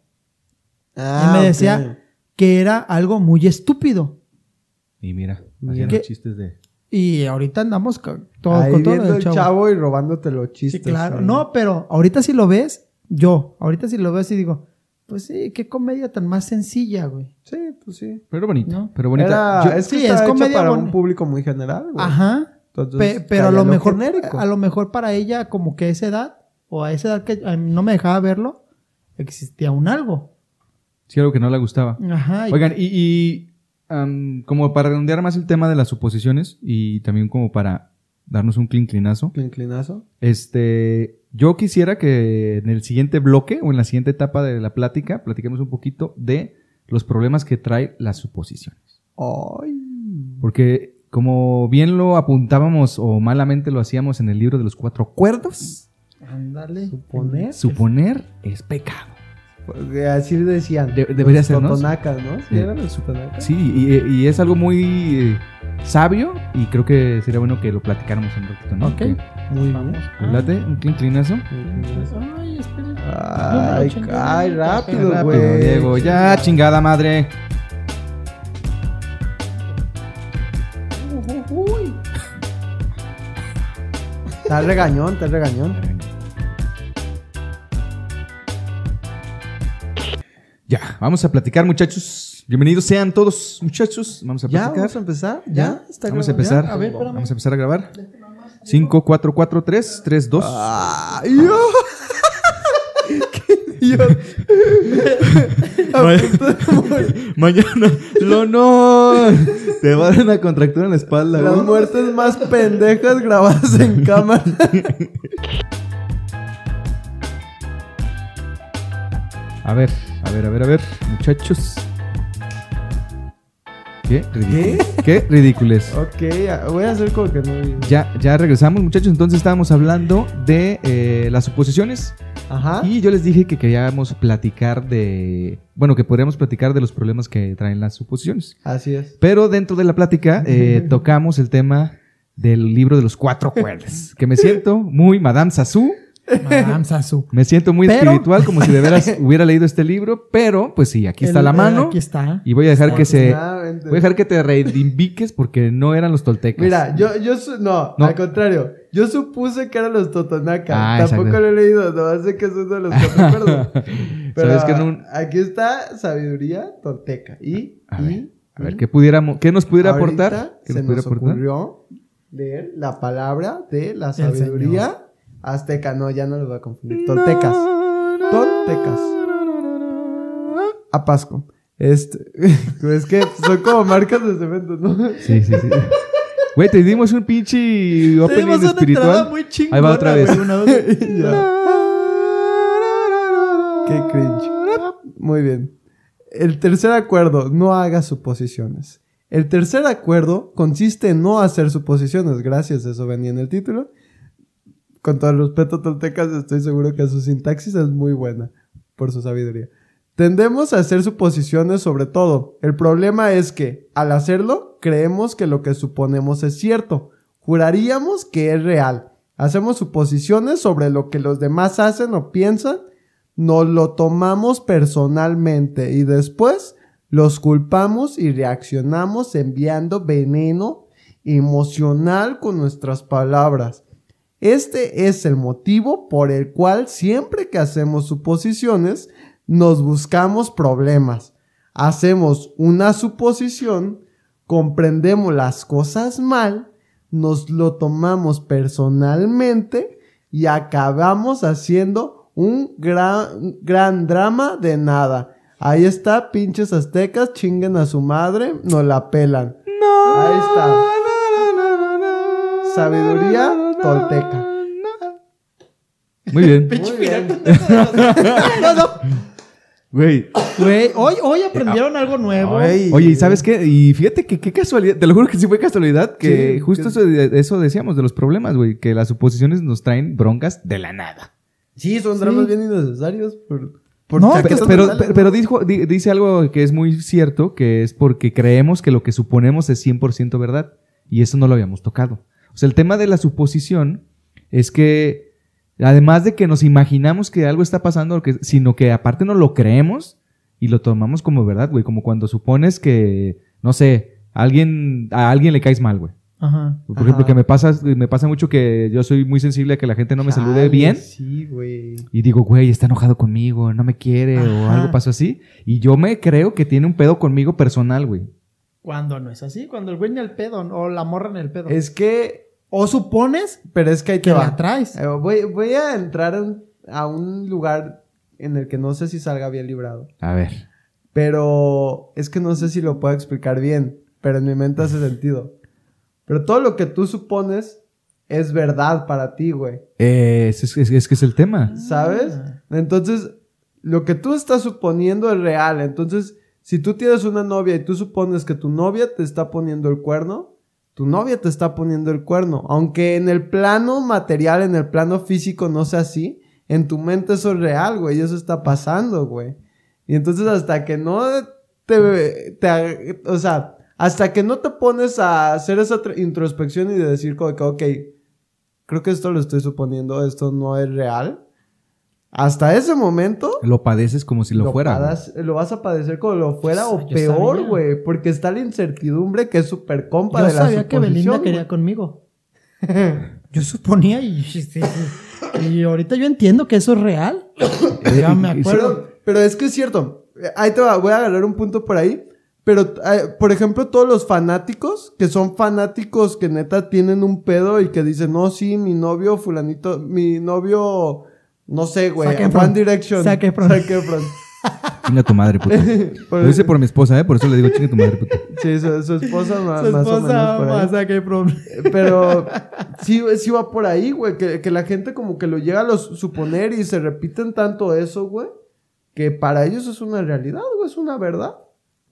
Ah,
y me
ok.
decía que era algo muy estúpido.
Y mira,
Mira.
hacían
¿Qué?
los chistes de.
Y ahorita andamos con todo,
Ahí
con todo
viendo
el
el chavo y robándote los
Sí,
chistes.
claro.
güey.
No, pero ahorita si lo ves, yo, ahorita si lo veo así digo, pues sí, qué comedia tan más sencilla, güey.
Sí, pues sí.
Pero bonita.
No.
Pero bonita.
Era-
Yo-
es que
sí,
está
es
hecho
comedia
para
bon-
un público muy general, güey.
Ajá.
Entonces,
Pe- pero a
caía
lo mejor
genérico.
a lo mejor para ella como que a esa edad o a esa edad que a mí no me dejaba verlo, existía un algo.
Sí, algo que no le gustaba.
Ajá. y-
Oigan, y, y, am, como para redondear más el tema de las suposiciones y también como para darnos un clean clinazo.
Clinclinazo.
Este, yo quisiera que en el siguiente bloque o en la siguiente etapa de la plática platiquemos un poquito de los problemas que trae las suposiciones.
Ay.
Porque como bien lo apuntábamos o malamente lo hacíamos en el libro de los cuatro cuerdos,
Ándale.
Suponer.
suponer es pecado.
Porque así decían.
De- debería
Los
ser, ¿no?
Totonacas, ¿no? Sí,
Sí.
eran los totonacas.
Sí, y, y es algo muy eh, sabio y creo que sería bueno que lo platicáramos un ratito, ¿no?
Ok.
Que-
Muy
Vamos.
bien.
¿les late? Un clean cleanazo.
Clinclinazo.
Ay, espera.
Ah. Ay,
Número
ay,
89,
rápido,
Rápido,
güey.
Diego. Ya, chingada madre.
Uy. Está regañón, está regañón.
Ya, vamos a platicar, muchachos. Bienvenidos sean todos, muchachos. Vamos a
¿Ya?
platicar.
¿Vamos a empezar? ¿Ya? ¿Está
Vamos
grabando?
a empezar.
A ver, espérame.
Vamos a empezar a grabar. 5,
Ah.
4, 4, 3, 3, 2.
Ay, yo. Qué idiota.
Mañana, no, no. Te va a dar una contractura en la espalda,
Las
güey.
muertes más pendejas grabadas en cámara.
A ver, a ver, a ver, a ver, muchachos. Qué ridículo. Qué ridiculez.
ok, a- voy a hacer como que no vi.
Ya, ya regresamos, muchachos. Entonces estábamos hablando de eh, las suposiciones.
Ajá.
Y yo les dije que queríamos platicar de. Bueno, que podríamos platicar de los problemas que traen las suposiciones.
Así es.
Pero dentro de la plática eh, tocamos el tema del libro de los cuatro cuerdas. Que me siento muy Madame Sassou.
Madame Sasu.
Me siento muy
Pero-
espiritual, como si de veras hubiera leído este libro. Pero, pues sí, aquí está
El-
la
eh,
mano.
Aquí está.
Y voy a dejar que se.
Afortunadamente.
Voy a dejar que te reivindiques porque no eran los toltecas.
Mira, yo, yo su- no,
No.
al contrario. Yo supuse que eran los Totonaca.
Ah,
Tampoco
exacto.
lo he leído, no sé que es uno de los cuatro cuerdas. Pero
Sabes que en un-
aquí está sabiduría tolteca. Y,
A
y-
ver, a ver,
y
¿qué, pudiéramos, ¿qué nos pudiera
ahorita
aportar? ¿Qué
se
pudiera
nos ocurrió leer la palabra de la
señor.
sabiduría azteca. No, ya no los voy a confundir. Toltecas. Toltecas. A Pasco. Este, es que son como marcas de cemento, ¿no?
Sí, sí, sí. Güey, te dimos un pinche opening
Tenemos una entrada
espiritual.
muy chingona.
Ahí va otra vez.
güey, una, dos, tres.
Ya. Qué cringe. Muy bien. El tercer acuerdo, no hagas suposiciones. El tercer acuerdo consiste en no hacer suposiciones. Gracias, eso venía en el título. Con todo el respeto, Toltecas, estoy seguro que su sintaxis es muy buena por su sabiduría. Tendemos a hacer suposiciones sobre todo. El problema es que, al hacerlo, creemos que lo que suponemos es cierto. Juraríamos que es real. Hacemos suposiciones sobre lo que los demás hacen o piensan nos lo tomamos personalmente y después los culpamos y reaccionamos enviando veneno emocional con nuestras palabras. Este es el motivo por el cual siempre que hacemos suposiciones nos buscamos problemas. Hacemos una suposición, comprendemos las cosas mal, nos lo tomamos personalmente y acabamos haciendo un gran, gran drama de nada. Ahí está, pinches aztecas, chinguen a su madre, nos la pelan. Ahí está. Sabiduría tolteca.
Muy bien.
Pinche pirata, no, no.
Güey.
Güey, hoy, hoy aprendieron algo nuevo.
Ay.
Oye, ¿y sabes qué? Y fíjate que qué casualidad. Te lo juro que sí fue casualidad que
Sí,
justo
que-
Eso, de- eso decíamos de los problemas, güey. Que las suposiciones nos traen broncas de la nada.
Sí, son
Sí.
dramas bien innecesarios. Por, por
No,
chaquetas
Pero, pero,
mentales,
pero dijo, di- dice algo que es muy cierto, que es porque creemos que lo que suponemos es 100% verdad. Y eso no lo habíamos tocado. O sea, el tema de la suposición es que, además de que nos imaginamos que algo está pasando, que- sino que aparte no lo creemos y lo tomamos como verdad, güey. Como cuando supones que, no sé, alguien, a alguien le caes mal, güey.
Ajá.
Por ejemplo,
Ajá.
que me pasa, me pasa mucho que yo soy muy sensible a que la gente no me salude
Chale,
bien.
Sí, güey.
Y digo, güey, está enojado conmigo, no me quiere o
Ajá.
algo pasó así. Y yo me creo que tiene un pedo conmigo personal, güey.
Cuando no es así, cuando el güey en el pedo o la morra en el pedo.
Es que.
O supones
Pero es que ahí te
que
va.
la traes.
Eh, Voy, voy a entrar en- a un lugar en el que no sé si salga bien librado.
A ver.
Pero es que no sé si lo puedo explicar bien. Pero en mi mente hace sentido. Pero todo lo que tú supones es verdad para ti, güey.
Eh, es, es- es que es el tema.
¿Sabes? Entonces, lo que tú estás suponiendo es real. Entonces, si tú tienes una novia y tú supones que tu novia te está poniendo el cuerno, tu novia te está poniendo el cuerno. Aunque en el plano material, en el plano físico no sea así, en tu mente eso es real, güey. Y eso está pasando, güey. Y entonces hasta que no te, te- o sea, hasta que no te pones a hacer esa tr- introspección y de decir como que, ok, creo que esto lo estoy suponiendo, esto no es real. Hasta ese momento
Lo padeces como si lo, fuera. güey.
padas- lo vas a padecer como lo fuera
Pues,
o
yo
peor,
sabía.
güey, porque está la incertidumbre que es súper compa
Yo
de la
sabía que
suposición,
Belinda
güey.
quería conmigo. Yo suponía y, y- y ahorita yo entiendo que eso es real. Ya me
y- y-
acuerdo.
Pero, pero es que es cierto. Eh, Ahí te va, voy a agarrar un punto por ahí. Pero, eh, por ejemplo, todos los fanáticos, que son fanáticos que neta tienen un pedo y que dicen, no, sí, mi novio fulanito, mi novio No sé, güey.
Zac
One
Efron.
Direction.
Zac Efron.
Zac Efron.
Chinga tu madre, puta.
Por-
Lo hice por mi esposa, ¿eh? Por eso le digo chinga tu madre, puta.
Sí, su, su esposa ma-
Su
más o menos
esposa
por ahí.
más a qué problema.
Pero sí, sí va por ahí, güey. Que, que la gente como que lo llega a los suponer y se repiten tanto eso, güey. Que para ellos es una realidad, güey. Es una verdad.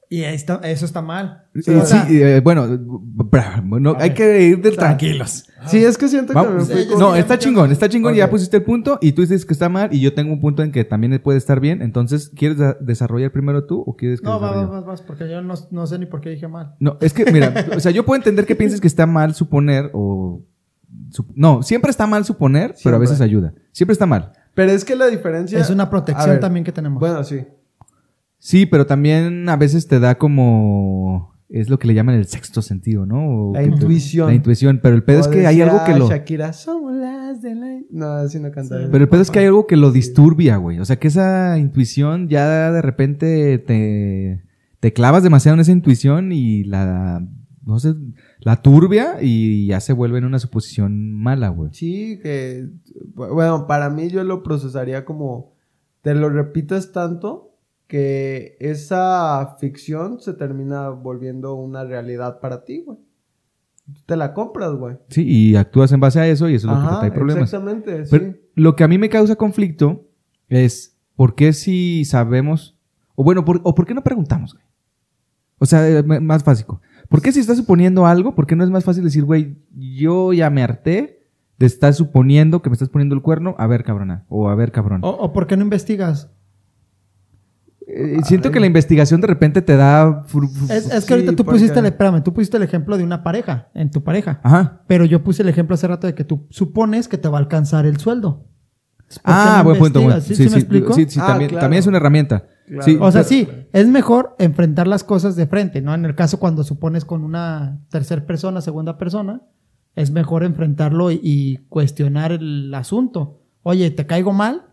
Y ahí está- eso está mal.
Y
O sea,
sí, eh, bueno, bra- bueno, hay que ir del tranquilos.
Sí, es que siento que me
Vamos-
fui
sí,
con-
no, está chingón, está chingón, ya
Ok.
pusiste el punto y tú dices que está mal y yo tengo un punto en que también puede estar bien, entonces ¿quieres da- desarrollar primero tú o quieres que
no, vas,
desarrolle yo?
vas, vas, vas, porque yo no, no sé ni por qué dije mal.
No, es que mira, o sea, yo puedo entender que pienses que está mal suponer o sup- no, siempre está mal suponer, pero a
Siempre.
veces ayuda. Siempre está mal.
Pero es que la diferencia.
es una
A
protección
ver,
también que tenemos.
Bueno, sí.
Sí, pero también a veces te da como es lo que le llaman el sexto sentido, ¿no? O
La
que te-
intuición.
La intuición, pero el pedo es
O
que hay
decía
algo que lo
Shakira, somos las de la. No, así no cantaba.
Pero el pedo es que hay algo que lo disturbia, güey. O sea, que esa intuición ya de repente te, te clavas demasiado en esa intuición y la, no sé, la turbia y ya se vuelve en una suposición mala, güey.
Sí, que. Bueno, para mí yo lo procesaría como. Te lo repites tanto que esa ficción se termina volviendo una realidad para ti, güey. Tú Te la compras, güey.
Sí, y actúas en base a eso y eso es lo que te
Ajá,
trae problemas.
exactamente, sí.
Pero lo que a mí me causa conflicto es por qué si sabemos, o bueno, por- o por qué no preguntamos, güey. O sea, eh, m- más básico. ¿Por qué si estás suponiendo algo, por qué no es más fácil decir, güey, yo ya me harté de estar suponiendo que me estás poniendo el cuerno? A ver, cabrona, o a ver, cabrón.
o, o por qué no investigas.
Eh, siento que la investigación de repente te da... fru- fru-
Oh, Es, es que
Sí,
ahorita tú
porque- Ah.
pusiste, el, espérame, tú pusiste el ejemplo de una pareja, en tu pareja.
Ajá.
Pero yo puse el ejemplo hace rato de que tú supones que te va a alcanzar el sueldo. Entonces, ¿por qué
Ah,
no
buen punto.
investigas?
Bueno.
¿Sí, sí me explico?
sí, sí,
Ah,
también,
claro.
también es una herramienta.
Claro.
Sí,
O sea,
pero-
sí, es mejor enfrentar las cosas de frente, ¿no? En el caso cuando supones con una tercera persona, segunda persona, es mejor enfrentarlo y, y cuestionar el asunto. Oye, ¿te caigo mal?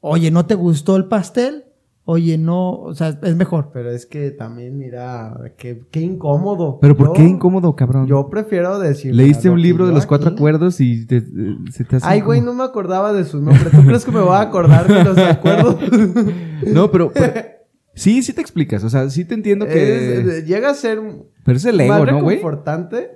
Oye, ¿no te gustó el pastel? Oye, no, o sea, es mejor.
Pero es que también, mira, qué, qué incómodo.
Pero ¿por
Yo-
qué incómodo, cabrón?
Yo prefiero decir.
Leíste
mira,
un
lo
libro
que
de
yo
los cuatro
aquí-
acuerdos y te- eh, se te hace...
Ay, güey,
como-
no me acordaba de su nombre. ¿Tú crees que me voy a acordar de los acuerdos?
No, pero, pero- sí, sí te explicas. O sea, sí te entiendo que.
Es- eh, llega a ser
pero es el
más
ego, ¿no, güey?
reconfortante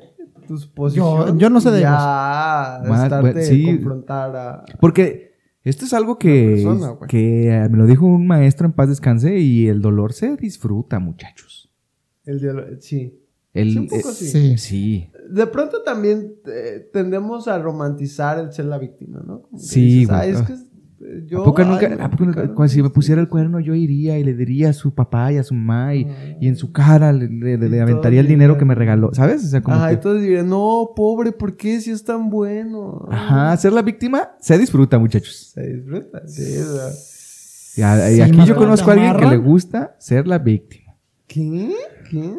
tu posición.
Yo- yo no sé de
Ya
Más-
estarte
bueno, sí.
confrontar a...
Porque esto es algo que,
Una persona, güey.
que eh, me lo dijo un maestro en paz descanse y el dolor se disfruta, muchachos.
El diálogo. Sí.
El,
Sí, un poco
eh,
sí.
sí.
De pronto también eh, tendemos a romantizar el ser la víctima, ¿no? Como que
Sí,
dices,
güey. Ah,
"Ay, es que eh, yo...
¿A poco
ay,
nunca,
güey,
a poco nunca-
claro".
cuando si me pusiera el cuerno, yo iría y le diría a su papá y a su mamá y,
Ah.
y en su cara le, le- le-
Y
le
todo
aventaría el
bien,
dinero
ya.
que me regaló, ¿sabes? O sea, como
Ajá,
que-
entonces diré, no, pobre, ¿por qué si es tan bueno?
ajá, ser la víctima se disfruta, muchachos.
Se disfruta. Sí, o sea,
Y, a- y
Sí,
aquí
más
yo
cuando
conozco a alguien que le
amarran.
gusta ser la víctima.
¿Qué? ¿Qué?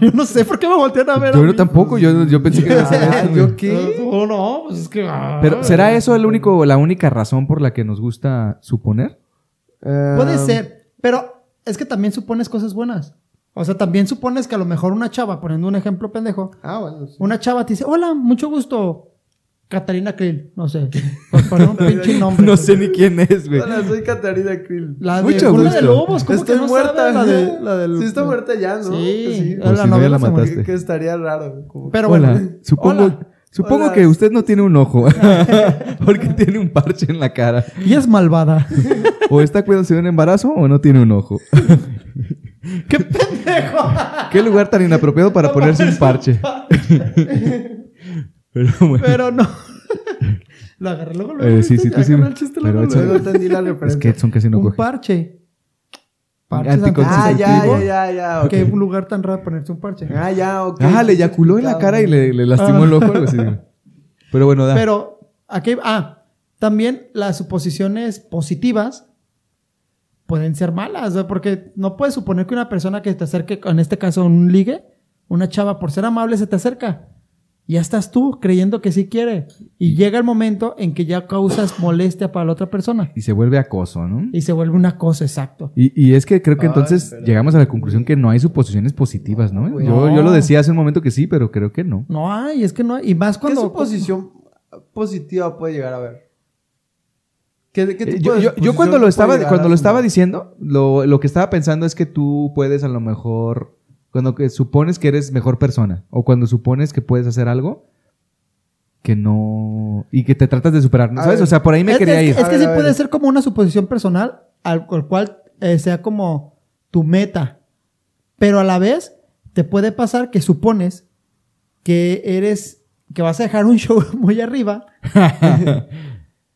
yo no sé por qué me voltean a ver. a
Yo no
mí.
tampoco, yo, yo pensé que iba a ser
Ah,
eso, güey.
¿Yo qué?
No, no, pues es que.
Pero ¿será eso el único, la única razón por la que nos gusta suponer? Eh,
Puede
um,
ser, pero es que también supones cosas buenas. O sea, también supones que a lo mejor una chava, poniendo un ejemplo pendejo,
Ah, bueno. sí.
Una chava te dice, hola, mucho gusto. Catalina Krill, no sé. Por poner un pinche nombre.
No sé ni quién es, güey.
Hola, soy Catarina Krill.
La de
Mucho
Jungla
gusto. ¿eh?
de Lobos, ¿cómo
Estoy
que no
muerta.
sabe la de, la del-
Sí, está muerta ya, ¿no?
Sí.
Que
Ah,
Pues
la
si no, ya
novela
la
se murió.
mataste.
Que, que estaría raro. como-
Pero
Hola,
bueno.
supongo,
hola.
supongo
Hola.
que usted no tiene un ojo porque tiene un parche en la cara.
Y es malvada.
O está cuidándose de un embarazo o no tiene un ojo.
¡Qué pendejo!
Qué lugar tan inapropiado para ponerse un parche. Pero bueno,
Pero no. Lo agarré luego. luego,
Eh, sí,
¿viste?
sí, tú sí.
Agarré el chiste
Pero
luego,
Yo no
luego.
entendí la
es
referencia.
que son casi no
Un
coge.
parche. Parches
Anticonceptivo.
Ah, ya,
anticonceptivos.
ya, ya, ya. ok.
Qué lugar tan raro ponerse un parche.
Ah, ya, ok. Ah.
Ah, le eyaculó en la cara y le, le lastimó el ojo. algo así. Pero bueno, da.
Pero, aquí, ah, también las suposiciones positivas pueden ser malas, ¿no? porque no puedes suponer que una persona que te acerque, en este caso un ligue, una chava por ser amable se te acerca. Ya estás tú creyendo que sí quiere. Y llega el momento en que ya causas molestia para la otra persona.
y se vuelve acoso, ¿no?
Y se vuelve una cosa, exacto.
Y, y es que creo que
Ay,
entonces
pero-
llegamos a la conclusión que no hay suposiciones positivas, ¿no?
No,
güey.
yo,
No.
yo lo decía hace un momento que sí, pero creo que no. Ah,
No hay, es que no hay. Y más
¿Qué
cuando...
suposición positiva puede llegar a ver? ¿Qué, qué
Eh,
tipo
Yo,
de
yo- yo
exposición
cuando lo
puede
estaba,
llegar a
cuando lo estaba
sumar?
diciendo, lo, lo que estaba pensando es que tú puedes a lo mejor, cuando que supones que eres mejor persona o cuando supones que puedes hacer algo que no... y que te tratas de superar, ¿no?
A
¿sabes?
ver,
O sea, por ahí me
es,
quería
es-
ir.
es
A
que
ver,
sí
a ver.
puede ser como una suposición personal, al al cual eh, sea como tu meta. Pero a la vez, te puede pasar que supones que eres, que vas a dejar un show muy arriba.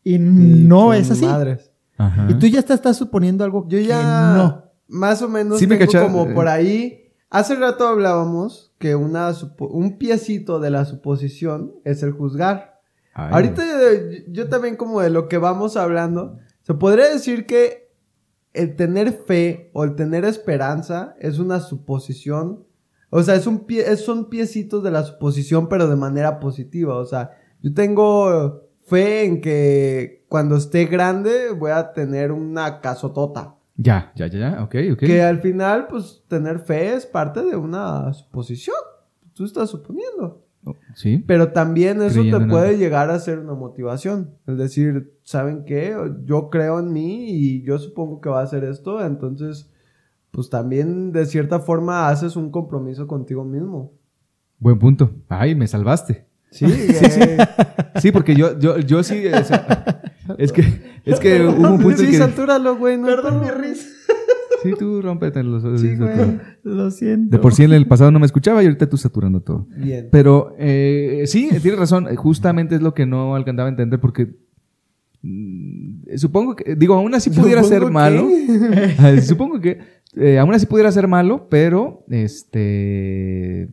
y no
Y
es
con
así.
madres.
Ajá.
Y tú ya te estás suponiendo algo
Yo
que
ya
no.
más o menos
Sí me
tengo
cacharon,
como
eh.
por ahí. Hace rato hablábamos que una supo- un piecito de la suposición es el juzgar.
Ay.
Ahorita eh, yo, yo también como de lo que vamos hablando, se podría decir que el tener fe o el tener esperanza es una suposición. O sea, es un pie, es- son piecitos de la suposición, pero de manera positiva. O sea, yo tengo fe en que cuando esté grande voy a tener una casotota.
Ya, ya, ya, ya, ok, ok.
Que al final, pues, tener fe es parte de una suposición. Tú estás suponiendo.
Oh, Sí.
Pero también eso
Creyendo
te
en
puede
algo.
llegar a ser una motivación. Es decir, ¿saben qué? Yo creo en mí y yo supongo que va a ser esto. Entonces, pues también de cierta forma haces un compromiso contigo mismo.
Buen punto. Ay, me salvaste.
Sí, güey.
Sí, porque yo, yo, yo sí... o sea, es que, es que hubo un punto
sí,
en que...
satúralo, güey. No
Perdón mi
está-
risa.
Sí, tú rompete los
Sí, güey.
Lo siento.
De por sí en el pasado no me escuchaba y ahorita tú saturando todo.
Bien.
Pero eh, sí, tienes razón. Justamente es lo que no alcanzaba a entender porque mm, supongo que, digo, aún así pudiera ser
Supongo
malo.
que-
Ay, supongo que eh, aún así pudiera ser malo, pero este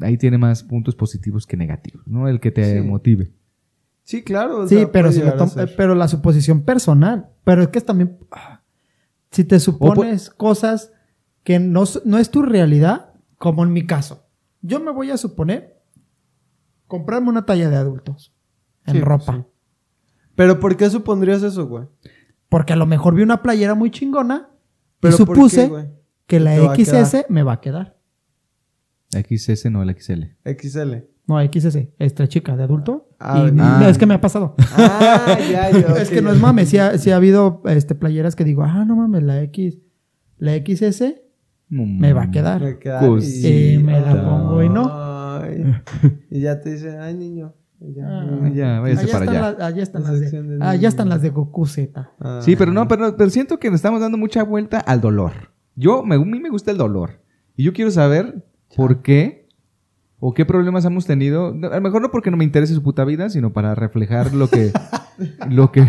ahí tiene más puntos positivos que negativos, ¿no? El que te
Sí.
motive.
Sí, claro. o
Sí,
sea,
pero,
puede
si lo
llegar a
tom-
ser.
eh, pero la suposición personal. Pero es que es también. ah, Si te supones cosas que no, s- no es tu realidad, como en mi caso. Yo me voy a suponer comprarme una talla de adultos en
Sí, pues
ropa.
sí. Pero ¿por qué supondrías eso, güey?
Porque a lo mejor vi una playera muy chingona
Pero
y
¿por qué,
supuse
güey?
que la
Te va a
XS me va a quedar.
La XS no, la XL.
XL.
No, XS, esta chica de adulto.
Ah,
Y-
ah.
Es que me ha pasado.
Ah, ya, ya.
es
ok,
que no
ya.
es mame, si ha, sí ha habido este, playeras que digo, ah, no mames, la X, la XS me va a quedar.
Me queda
Cosita.
ahí.
Y Eh, me la pongo y no.
Ay. Y ya te dicen, ay, niño. Y ya.
Ah,
ya,
Ah,
vaya. Váyase
allá,
para
están
allá.
las- allá están
La
las de,
sección de
allá
niños.
están las de Goku Z.
ah.
Sí, pero no, pero, pero siento que le estamos dando mucha vuelta al dolor. Yo, me, a mí me gusta el dolor. Y yo quiero saber por qué o qué problemas hemos tenido. No, A lo mejor no porque no me interese su puta vida, sino para reflejar lo que, lo que,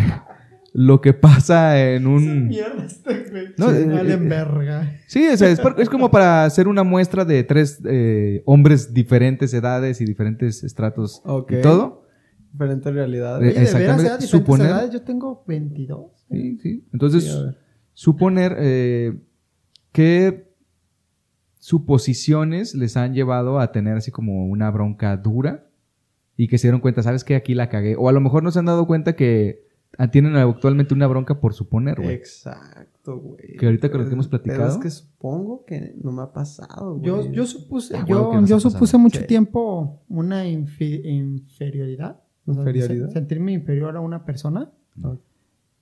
lo que pasa en un...
Mierda este güey.
No, eh, eh,
verga.
Sí, o sea, es, por- es como para hacer una muestra de tres eh, hombres diferentes edades y diferentes estratos
Ok.
y todo.
Diferente realidad.
Eh,
Oye, de veras,
exactamente,
¿era diferentes
suponer-
edades? Yo tengo 22.
Sí, sí. Entonces,
Sí, a ver.
suponer eh, qué suposiciones les han llevado a tener así como una bronca dura y que se dieron cuenta, ¿sabes qué? Aquí la cagué. O a lo mejor no se han dado cuenta que ah, tienen actualmente una bronca por suponer, güey.
Exacto, güey.
Que ahorita con lo que hemos
Pero
platicado.
es que supongo que no me ha pasado, güado,
Yo,
güey.
yo supuse,
Ah, huevo que
yo,
nos
yo
ha pasado.
supuse mucho
Sí.
tiempo una infi- inferioridad. o sea,
Inferioridad.
se- sentirme inferior a una persona.
Ah.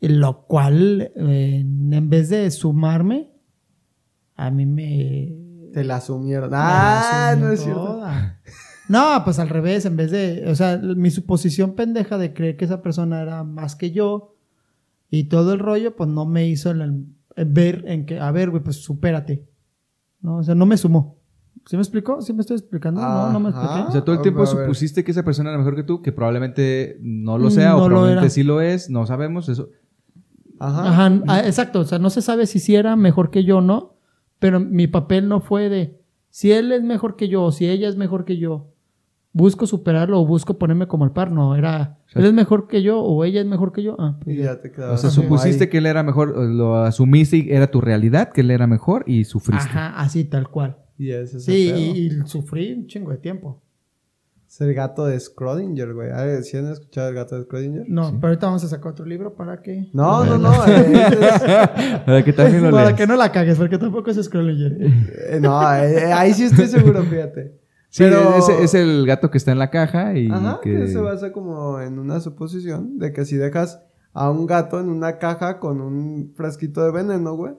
y Lo cual, eh, en vez de sumarme, a mí me...
Te la asumieron.
me
Ah,
asumió
no es cierto.
toda. No, pues al revés, en vez de... O sea, mi suposición pendeja de creer que esa persona era más que yo y todo el rollo, pues no me hizo el- el ver en que, a ver, güey, pues supérate. No, o sea, no me sumó. ¿Sí me explicó? ¿Sí me estoy explicando? No, no me
Ajá.
expliqué.
O sea, todo el
Ah,
tiempo
a ver.
supusiste que esa persona era mejor que tú, que probablemente no lo sea
Mm, No
o
lo
probablemente
era.
sí lo es, no sabemos eso.
Ajá.
Ajá, ah, exacto. O sea, no se sabe si sí era mejor que yo o no, pero mi papel no fue de si él es mejor que yo o si ella es mejor que yo, busco superarlo o busco ponerme como el par. No, era
sea,
él es mejor que yo o ella es mejor que yo. Ah, pues
Y
ya.
ya te quedaron.
O sea,
como
supusiste
ahí.
que él era mejor, o lo asumiste y era tu realidad, que él era mejor y sufriste.
Ajá, así tal cual.
Y ese es el
Sí,
pedo.
y, y sufrí un chingo de tiempo.
Es el gato de Schrödinger, güey. A ver, ¿sí han escuchado el gato de Schrödinger?
No, pero ahorita vamos a sacar otro libro para que.
No, no, no. eh, es-
Para que también lo
para
leas.
que no la cagues, porque tampoco es Scrollinger.
Eh, no, eh, eh, ahí sí estoy seguro, fíjate.
Sí,
Pero-
es, es el gato que está en la caja y
Ajá, que...
que...
se basa como en una suposición de que si dejas a un gato en una caja con un frasquito de veneno, güey.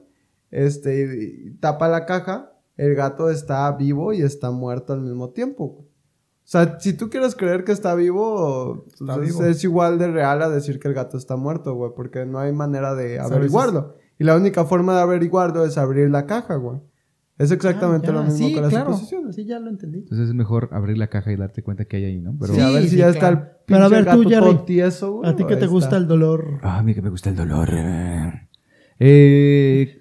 Este, y- y tapa la caja, el gato está vivo y está muerto al mismo tiempo, güey. O sea, si tú quieres creer que está vivo, pues, es-
vivo.
es igual de real a decir que el gato está muerto, güey, porque no hay manera de
¿Sabes?
averiguarlo. Y la única forma de averiguarlo es abrir la caja, güey. Es exactamente
Ah, ya.
lo mismo
sí,
con las
claro.
suposiciones.
Sí, ya lo entendí.
Entonces es mejor abrir la caja y darte cuenta que hay ahí, ¿no? Pero,
Sí, a ver
Sí,
si
sí,
ya está
claro.
el
Pero a
pinche
ver tú,
gato
Jerry,
todo tieso, güey,
A ti que
ahí
te gusta
está.
el dolor.
Ah, a mí que me gusta el dolor. Eh,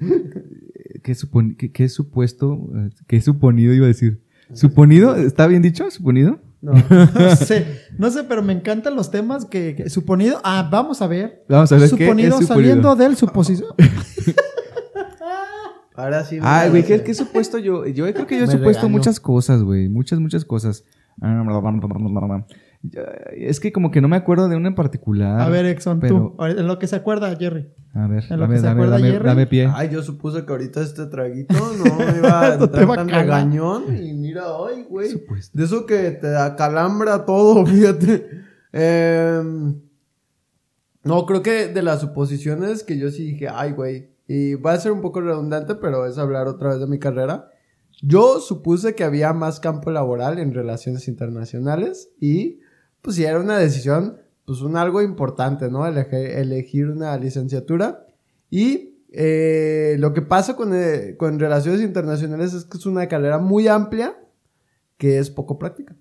¿qué, supon- qué- qué supuesto? eh, ¿Qué suponido iba a decir? ¿Suponido? ¿Está bien dicho? ¿Suponido?
No.
No sé, no sé, pero me encantan los temas que, que- suponido. Ah, vamos a ver.
Vamos a ver qué es
suponido
suponido.
saliendo del suposición.
Ahora sí.
Ay,
me
Ah, güey,
parece.
¿qué, qué supuesto yo? Yo creo que yo he
Me
supuesto
regaño.
muchas cosas, güey. Muchas, muchas cosas. Ah, Ya, Es que como que no me acuerdo de una en particular.
A ver, Exxon,
pero-
tú. ahorita, En lo que se acuerda, Jerry.
A ver,
en lo
dame,
que se
dame,
acuerda
dame-
Jerry.
dame pie.
Ay, yo supuse que ahorita este traguito no me iba a
No te
entrar
va a
tan
calar.
regañón. Y mira, ay, güey.
Supuesto.
De eso que te acalambra todo, fíjate. Em, no, creo que de las suposiciones que yo sí dije, ay, güey. Y va a ser un poco redundante, pero es hablar otra vez de mi carrera. Yo supuse que había más campo laboral en relaciones internacionales y pues sí era una decisión, pues un algo importante, ¿no? Eleje- elegir una licenciatura. Y eh, lo que pasa con, eh, con relaciones internacionales es que es una carrera muy amplia que es poco práctica.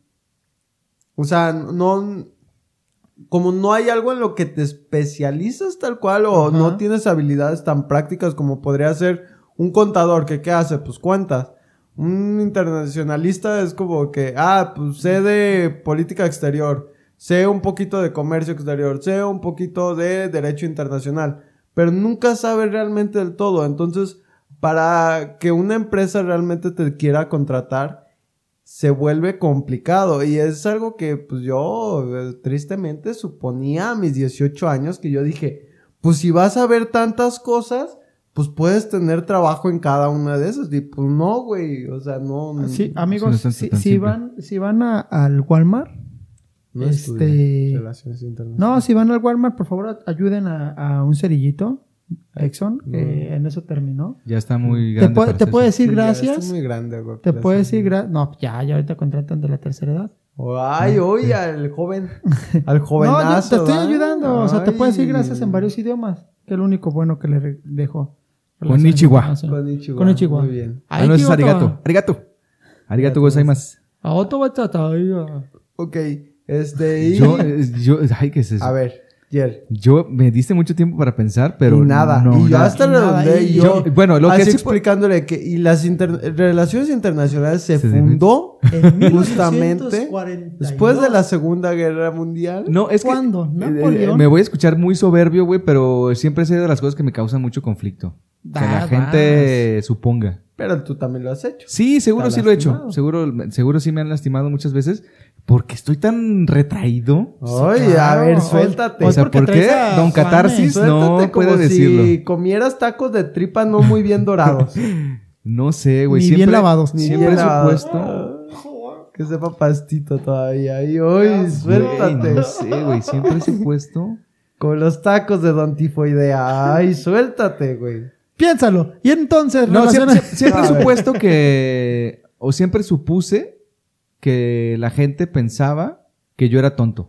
O sea, no, como no hay algo en lo que te especializas tal cual o
Ajá.
no tienes habilidades tan prácticas como podría ser un contador que qué hace, pues cuentas. Un internacionalista es como que, ah, pues sé de política exterior, sé un poquito de comercio exterior, sé un poquito de derecho internacional, pero nunca sabe realmente del todo. Entonces, para que una empresa realmente te quiera contratar, se vuelve complicado y es algo que pues yo eh, tristemente suponía a mis 18 años que yo dije, pues si vas a ver tantas cosas, pues puedes tener trabajo en cada una de esas y pues no, güey, o sea, no no-
Ah, Sí,
Mm, no
amigos,
es tanto
si,
tan
si
simple.
van, si van a- al Walmart,
no
este-
estudié relaciones internacionales.
no, si van al Walmart, por favor, ayuden a, a un cerillito, Exxon,
No.
eh, en eso terminó.
Ya está muy
Te,
grande.
puede-
Mm. para
te
hacer
puede
eso.
decir
Sí, ya, estoy
gracias,
muy grande, güey.
te
ya
puede
estoy-
decir gracias. No, ya, ya ahorita contratan de la tercera edad.
Ay, oye, al joven, al
Ah, eh. No, yo
jovenazo.
te estoy
¿va?
ayudando, o sea, te puede decir
Ay.
gracias en varios idiomas, que es lo único bueno que le re- dejó. Ah,
Konnichiwa.
Konnichiwa,
Konnichiwa.
muy bien.
Ah, no, eso es arigato. Arigato. Arigato, gozaimasu.
A otro bachata. ahí, ah.
Ok, este y
Yo, eh, yo, ay, ¿qué es eso?
a ver, Jer.
Yo me diste mucho tiempo para pensar, pero.
y nada.
no,
y yo
nada.
hasta
Y nada,
redondeé.
y-
y yo,
Yo- bueno, lo que
así
sí po-
explicándole que y las inter- relaciones internacionales se,
Se deben-
fundó
En
justamente
1942.
después de la Segunda Guerra Mundial.
No, es que-
¿Cuándo?
eh, eh,
¿Napoleón?
me voy a escuchar muy soberbio, güey, pero siempre es de las cosas que me causan mucho conflicto. que la
Da-
gente suponga.
Pero tú también lo has hecho.
Sí, seguro
Te ha
sí lo he
lastimado.
hecho. Seguro, seguro sí me han lastimado muchas veces porque estoy tan retraído.
Oye,
claro.
a ver,
Hoy-
suéltate.
O sea,
Pues porque
¿por qué?
traes a
Don
Juanes.
Catarsis
Suéltate
no puede
como
decirlo.
si comieras tacos de tripa no muy bien dorados.
No sé, güey.
Ni
Siempre,
bien lavados.
Ni
siempre
bien lavados.
supuesto.
que sepa pastito todavía. Y hoy, suéltate.
Güey, no sé, güey. Siempre supuesto.
Como los tacos de Don Tifoidea. Ay, suéltate, güey.
Piénsalo. Y entonces,
No, siempre,
relaciones-
siempre- siempre
A ver.
supuesto que. O siempre supuse que la gente pensaba que yo era tonto.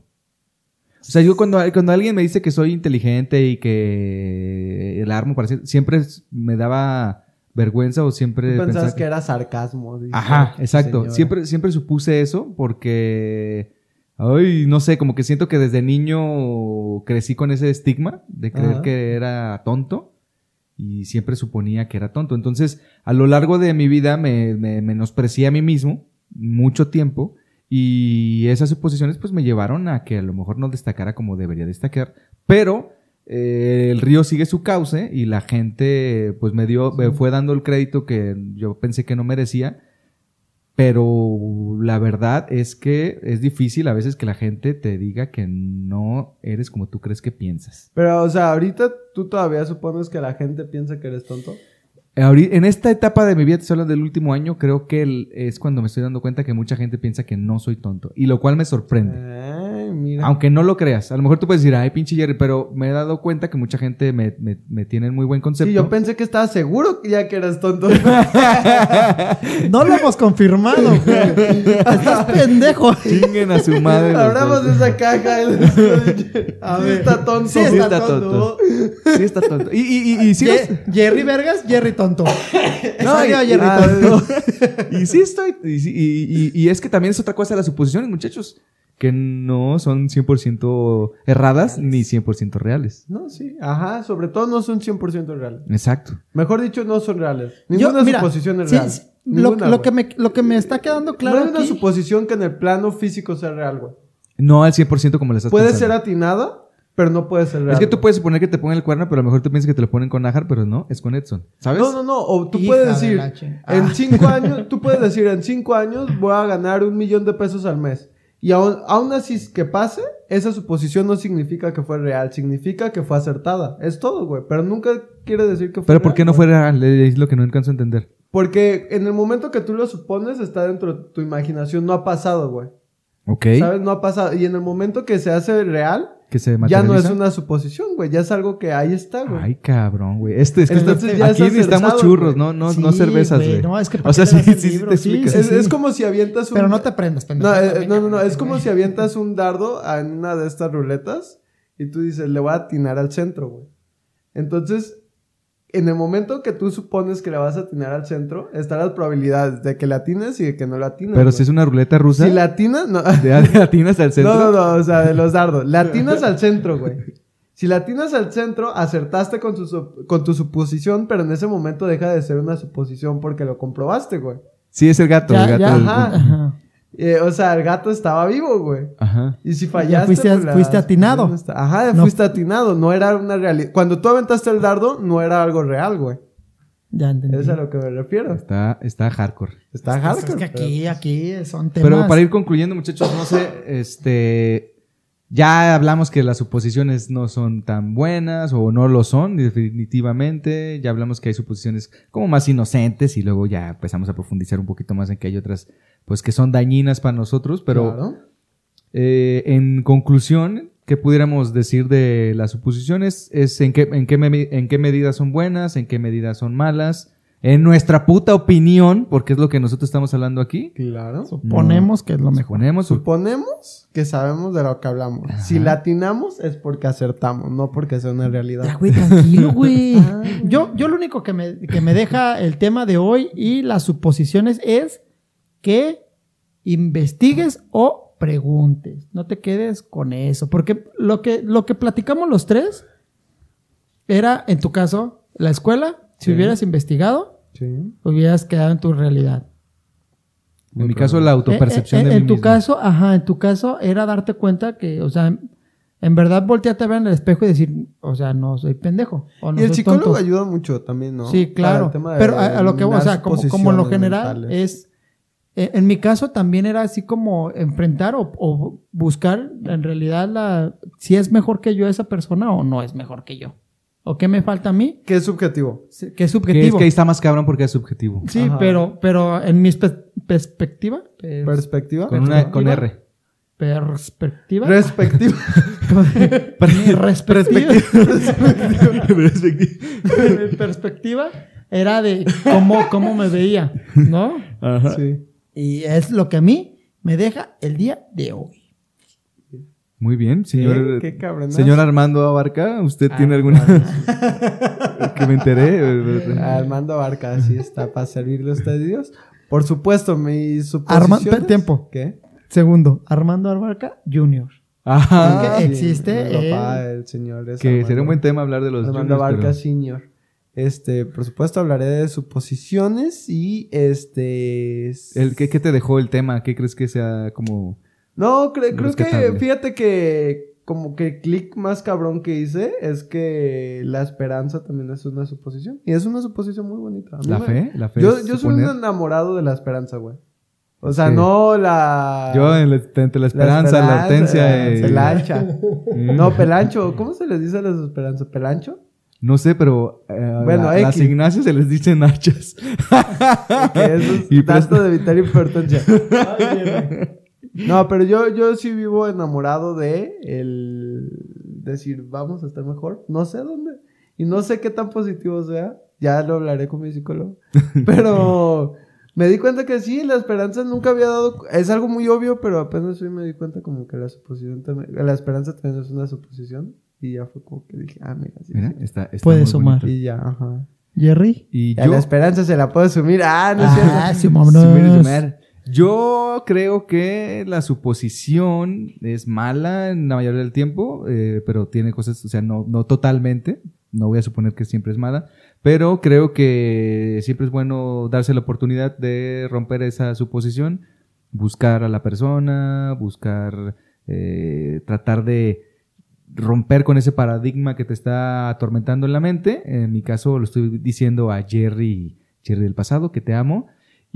O sea, yo cuando, cuando alguien me dice que soy inteligente y que el armo parece. Siempre es- me daba vergüenza o siempre.
Tú
pensaba
pensabas que era sarcasmo. dice
Ajá,
la
exacto.
señora.
Siempre, siempre supuse eso porque. Ay, no sé, como que siento que desde niño crecí con ese estigma de creer
Ajá.
que era tonto y siempre suponía que era tonto. Entonces, a lo largo de mi vida me, me menosprecié a mí mismo mucho tiempo y esas suposiciones pues me llevaron a que a lo mejor no destacara como debería destacar, pero eh, el río sigue su cauce y la gente pues me dio, me fue dando el crédito que yo pensé que no merecía. Pero la verdad es que es difícil a veces que la gente te diga que no eres como tú crees que piensas.
Pero, o sea, ahorita tú todavía supones que la gente piensa que eres tonto.
Ahori- En esta etapa de mi vida, te estoy hablando del último año, creo que el- es cuando me estoy dando cuenta que mucha gente piensa que no soy tonto. Y lo cual me sorprende.
Ay, Ah, mira.
Aunque no lo creas. A lo mejor tú puedes decir, ay, pinche Jerry, pero me he dado cuenta que mucha gente me, me, me tiene en muy buen concepto.
Sí, yo pensé que estaba seguro que ya que eras tonto.
No lo hemos confirmado, güey. Estás pendejo.
Chinguen a su madre. los
Abramos
dos.
esa caja.
A
A
ver.
está tonto.
Sí está tonto. Sí, está tonto. Y, y, y, y sí, los-
Ye- Jerry Vergas, Jerry Tonto.
No,
Salió
y-
Jerry
ah,
Tonto.
y sí estoy. Y, sí- y- y- y es que también es otra cosa de las suposiciones, muchachos. Que no son 100% erradas ni 100% reales.
No, sí. Ajá, sobre todo no son 100% reales.
Exacto.
Mejor dicho, no son reales.
Yo,
Ninguna
mira,
suposición es
sí,
real.
sí, lo,
Ninguna,
lo
güey.
que me, lo que me está quedando claro
no hay una
aquí-
suposición que en el plano físico sea real, güey.
No al 100% como las estás
Puede ser
pensando.
atinada, pero no puede ser real.
Es que tú
güey.
puedes suponer que te ponen el cuerno, pero a lo mejor tú piensas que te lo ponen con Najar, pero no, es con Edson. ¿Sabes?
No, no, no. O tú
Hija
puedes
de
decir,
la chin- Ah.
en cinco años, tú puedes decir, en cinco años voy a ganar un millón de pesos al mes. Y aún, aún así que pase, esa suposición no significa que fue real, significa que fue acertada. Es todo, güey. Pero nunca quiere decir que fue
Pero ¿por
real,
qué no
güey.
fue real? Es lo que no alcanzo a entender.
Porque en el momento que tú lo supones, está dentro de tu imaginación. No ha pasado, güey.
Ok.
¿Sabes? No ha pasado. Y en el momento que se hace real,
Que se
ya no es
materializa.
una suposición, güey. Ya es algo que ahí está, güey.
Ay, cabrón, güey. Este, es que
Entonces
está-
ya es
aquí necesitamos
acertado,
churros,
güey.
no, no,
Sí,
no cervezas,
güey,
güey.
no, es que ¿para
o sea,
qué le
sí,
das el
sí, sí
libro?
te
Sí,
explicas.
sí,
Es,
sí.
es como si avientas un...
Pero no te prendas, pendejo.
No, eh,
también,
no, no, no,
cabrón,
es como
güey.
si avientas un dardo a una de estas ruletas y tú dices, le voy a atinar al centro, güey. Entonces, en el momento que tú supones que le vas a atinar al centro, están las probabilidades de que le atines y de que no le atines.
Pero
güey.
si es una ruleta rusa,
Si le atinas, no.
de de latinas al centro.
No, no, no, o sea, de los dardos. Latinas al centro, güey. Si latinas al centro, acertaste con, su sup- con tu suposición, pero en ese momento deja de ser una suposición porque lo comprobaste, güey.
Sí, es el gato.
Ya,
el gato
ya,
del-
ajá.
Ajá.
Eh, o sea, el gato estaba vivo, güey.
Ajá.
Y si fallaste...
fuiste-
pues, la-
fuiste atinado.
no está- Ajá,
No.
fuiste atinado. No era una realidad. Cuando tú aventaste el dardo, no era algo real, güey.
Ya entendí.
Es a lo que me refiero.
Está, está hardcore.
Está
Pues
hardcore.
Es que
pero-
aquí, aquí son temas.
Pero para ir concluyendo, muchachos, no sé, este. Ya hablamos que las suposiciones no son tan buenas o no lo son definitivamente. Ya hablamos que hay suposiciones como más inocentes y luego ya empezamos a profundizar un poquito más en que hay otras pues que son dañinas para nosotros. Pero
Claro.
eh, en conclusión, ¿qué pudiéramos decir de las suposiciones? Es en qué, en, qué me- en qué medidas son buenas, en qué medidas son malas. En nuestra puta opinión, porque es lo que nosotros estamos hablando aquí.
Claro.
Suponemos que es lo mejor.
Ponemos su
Suponemos que sabemos de lo que hablamos. Si latinamos es porque acertamos, no porque sea una realidad.
Ya, güey, tranquilo, güey. yo, yo lo único que me, que me deja el tema de hoy y las suposiciones es que investigues o preguntes. No te quedes con eso. Porque lo que, lo que platicamos los tres era, en tu caso, la escuela. Si
Sí.
hubieras investigado,
Sí.
hubieras quedado en tu realidad.
En mi caso, la autopercepción
Eh, eh,
de
en
mí
tu
mismo.
caso, ajá, en tu caso era darte cuenta que, o sea, en, en verdad voltearte a ver en el espejo y decir, o sea, no soy pendejo. O no
Y el
soy
psicólogo
tonto.
ayuda mucho también, ¿no?
Sí,
Para
claro.
el tema de
Pero a, a lo que, o sea,
eliminar
como, como en lo
suposiciones
general
mentales.
es, eh, en mi caso también era así como enfrentar o, o buscar en realidad la, si es mejor que yo esa persona o no es mejor que yo. O qué me falta a mí,
que es subjetivo.
que es
Que es
subjetivo.
que ahí está más cabrón porque es subjetivo.
Sí,
Ajá.
pero, pero en mi pe- perspectiva, pers-
Perspectiva.
Con, una, con R.
perspectiva,
Respectiva.
Mi respectiva, mi perspectiva era de cómo, cómo me veía, ¿no?
sí.
Y es lo que a mí me deja el día de hoy.
Muy bien,
Eh,
señor.
qué cabronazo.
señor Armando Abarca, ¿usted
Ah,
tiene alguna? que me enteré.
Armando Barca, así está, para servirle a usted Dios. Por supuesto, mi
Arma-
suposición.
tiempo.
¿Qué?
Segundo, Armando Albarca Jr.
Ajá.
Ah, existe
mi papá,
el-
el señor. es
Que sería
Armando.
un buen tema hablar de los
Armando
juniors, pero-
Barca Senior. Este, por supuesto, hablaré de suposiciones y este. s-
El, ¿qué, qué te dejó el tema? ¿Qué crees que sea como.?
No, cre- creo que,
Rescatable.
fíjate que como que el clic más cabrón que hice es que la esperanza también es una suposición. Y es una suposición muy bonita. A mí
¿La
me-
fe? ¿La fe?
Yo,
es
yo soy un
suponer?
enamorado de la esperanza, güey. O sea,
Sí.
no la.
Yo en la- entre la esperanza, la, hortensia.
eh,
y-
Pelancha.
Mm.
No, pelancho. ¿Cómo se les dice a las esperanzas? ¿Pelancho?
No sé, pero.
Bueno,
bueno, a
X.
las Ignacias se les dicen hachas.
Que eso es
Y
tanto de evitar importancia. No, pero yo, yo sí vivo enamorado de el decir, vamos a estar mejor. No sé dónde. Y no sé qué tan positivo sea. Ya lo hablaré con mi psicólogo. Pero me di cuenta que sí, la esperanza nunca había dado... Es algo muy obvio, pero apenas hoy me di cuenta como que la suposición también... La esperanza también es una suposición. Y ya fue como que dije, ah, mira, sí.
Mira,
sí.
está, está
Puede
muy
sumar.
bonito.
Y ya, ajá.
Jerry.
Y
Ya
yo,
la esperanza se la puedo asumir. Ah, no es cierto.
Ah, sí, vámonos.
Sumir y sumar. Yo creo que la suposición es mala en la mayoría del tiempo, eh, pero tiene cosas, o sea, no, no totalmente. No voy a suponer que siempre es mala, pero creo que siempre es bueno darse la oportunidad de romper esa suposición, buscar a la persona, buscar, eh, tratar de romper con ese paradigma que te está atormentando en la mente. En mi caso, lo estoy diciendo a Jerry, Jerry del pasado, que te amo.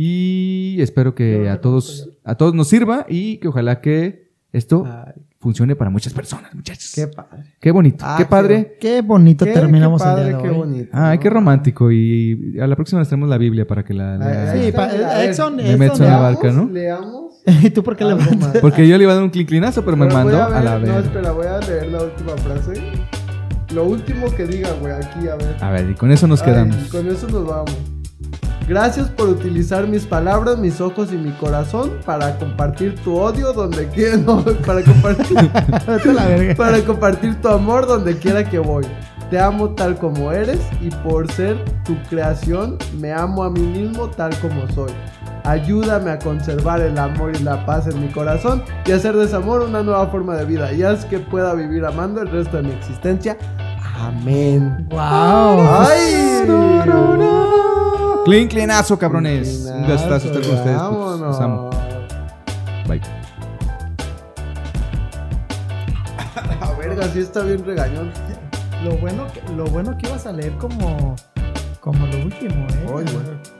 Y espero que a todos, a todos nos sirva y que ojalá que esto
Ay,
funcione para muchas personas, muchachos.
Ah. qué
Qué,
padre.
bonito,
Ah,
qué
qué
padre.
Qué bonito
Qué-
terminamos
qué padre,
el día de
qué
hoy.
bonito.
Ay, qué
¿no? Ah,
romántico. Y a la próxima les traemos la Biblia para que la... la-
ay, Sí, pa- eh, Edson- Edson
Abarca,
leamos,
¿no?
Leamos.
¿Y tú por qué
Algo
levantas?
más.
Porque yo le iba a dar un clinclinazo, pero me
Pero voy
mandó a,
ver-
la
No,
verga.
espera, voy a leer la última frase. Lo último que diga, güey, aquí, a ver.
A ver, y con eso nos
Ay,
quedamos.
con eso nos vamos. Gracias por utilizar mis palabras, mis ojos y mi corazón para compartir tu odio donde quiera, no, para compartir,
Vete a la verga.
para compartir tu amor donde quiera que voy. Te amo tal como eres y por ser tu creación me amo a mí mismo tal como soy. Ayúdame a conservar el amor y la paz en mi corazón y hacer de ese amor una nueva forma de vida y haz que pueda vivir amando el resto de mi existencia. Amén.
Wow.
¡Ay!
Clinclinazo, cabrones. Un gastazo estar con ustedes. putos. Los amo.
Vámonos.
Bye.
La verga, sí está bien regañón.
Lo bueno que, lo bueno que ibas a leer como, como lo último, ¿eh?
Ay, güey.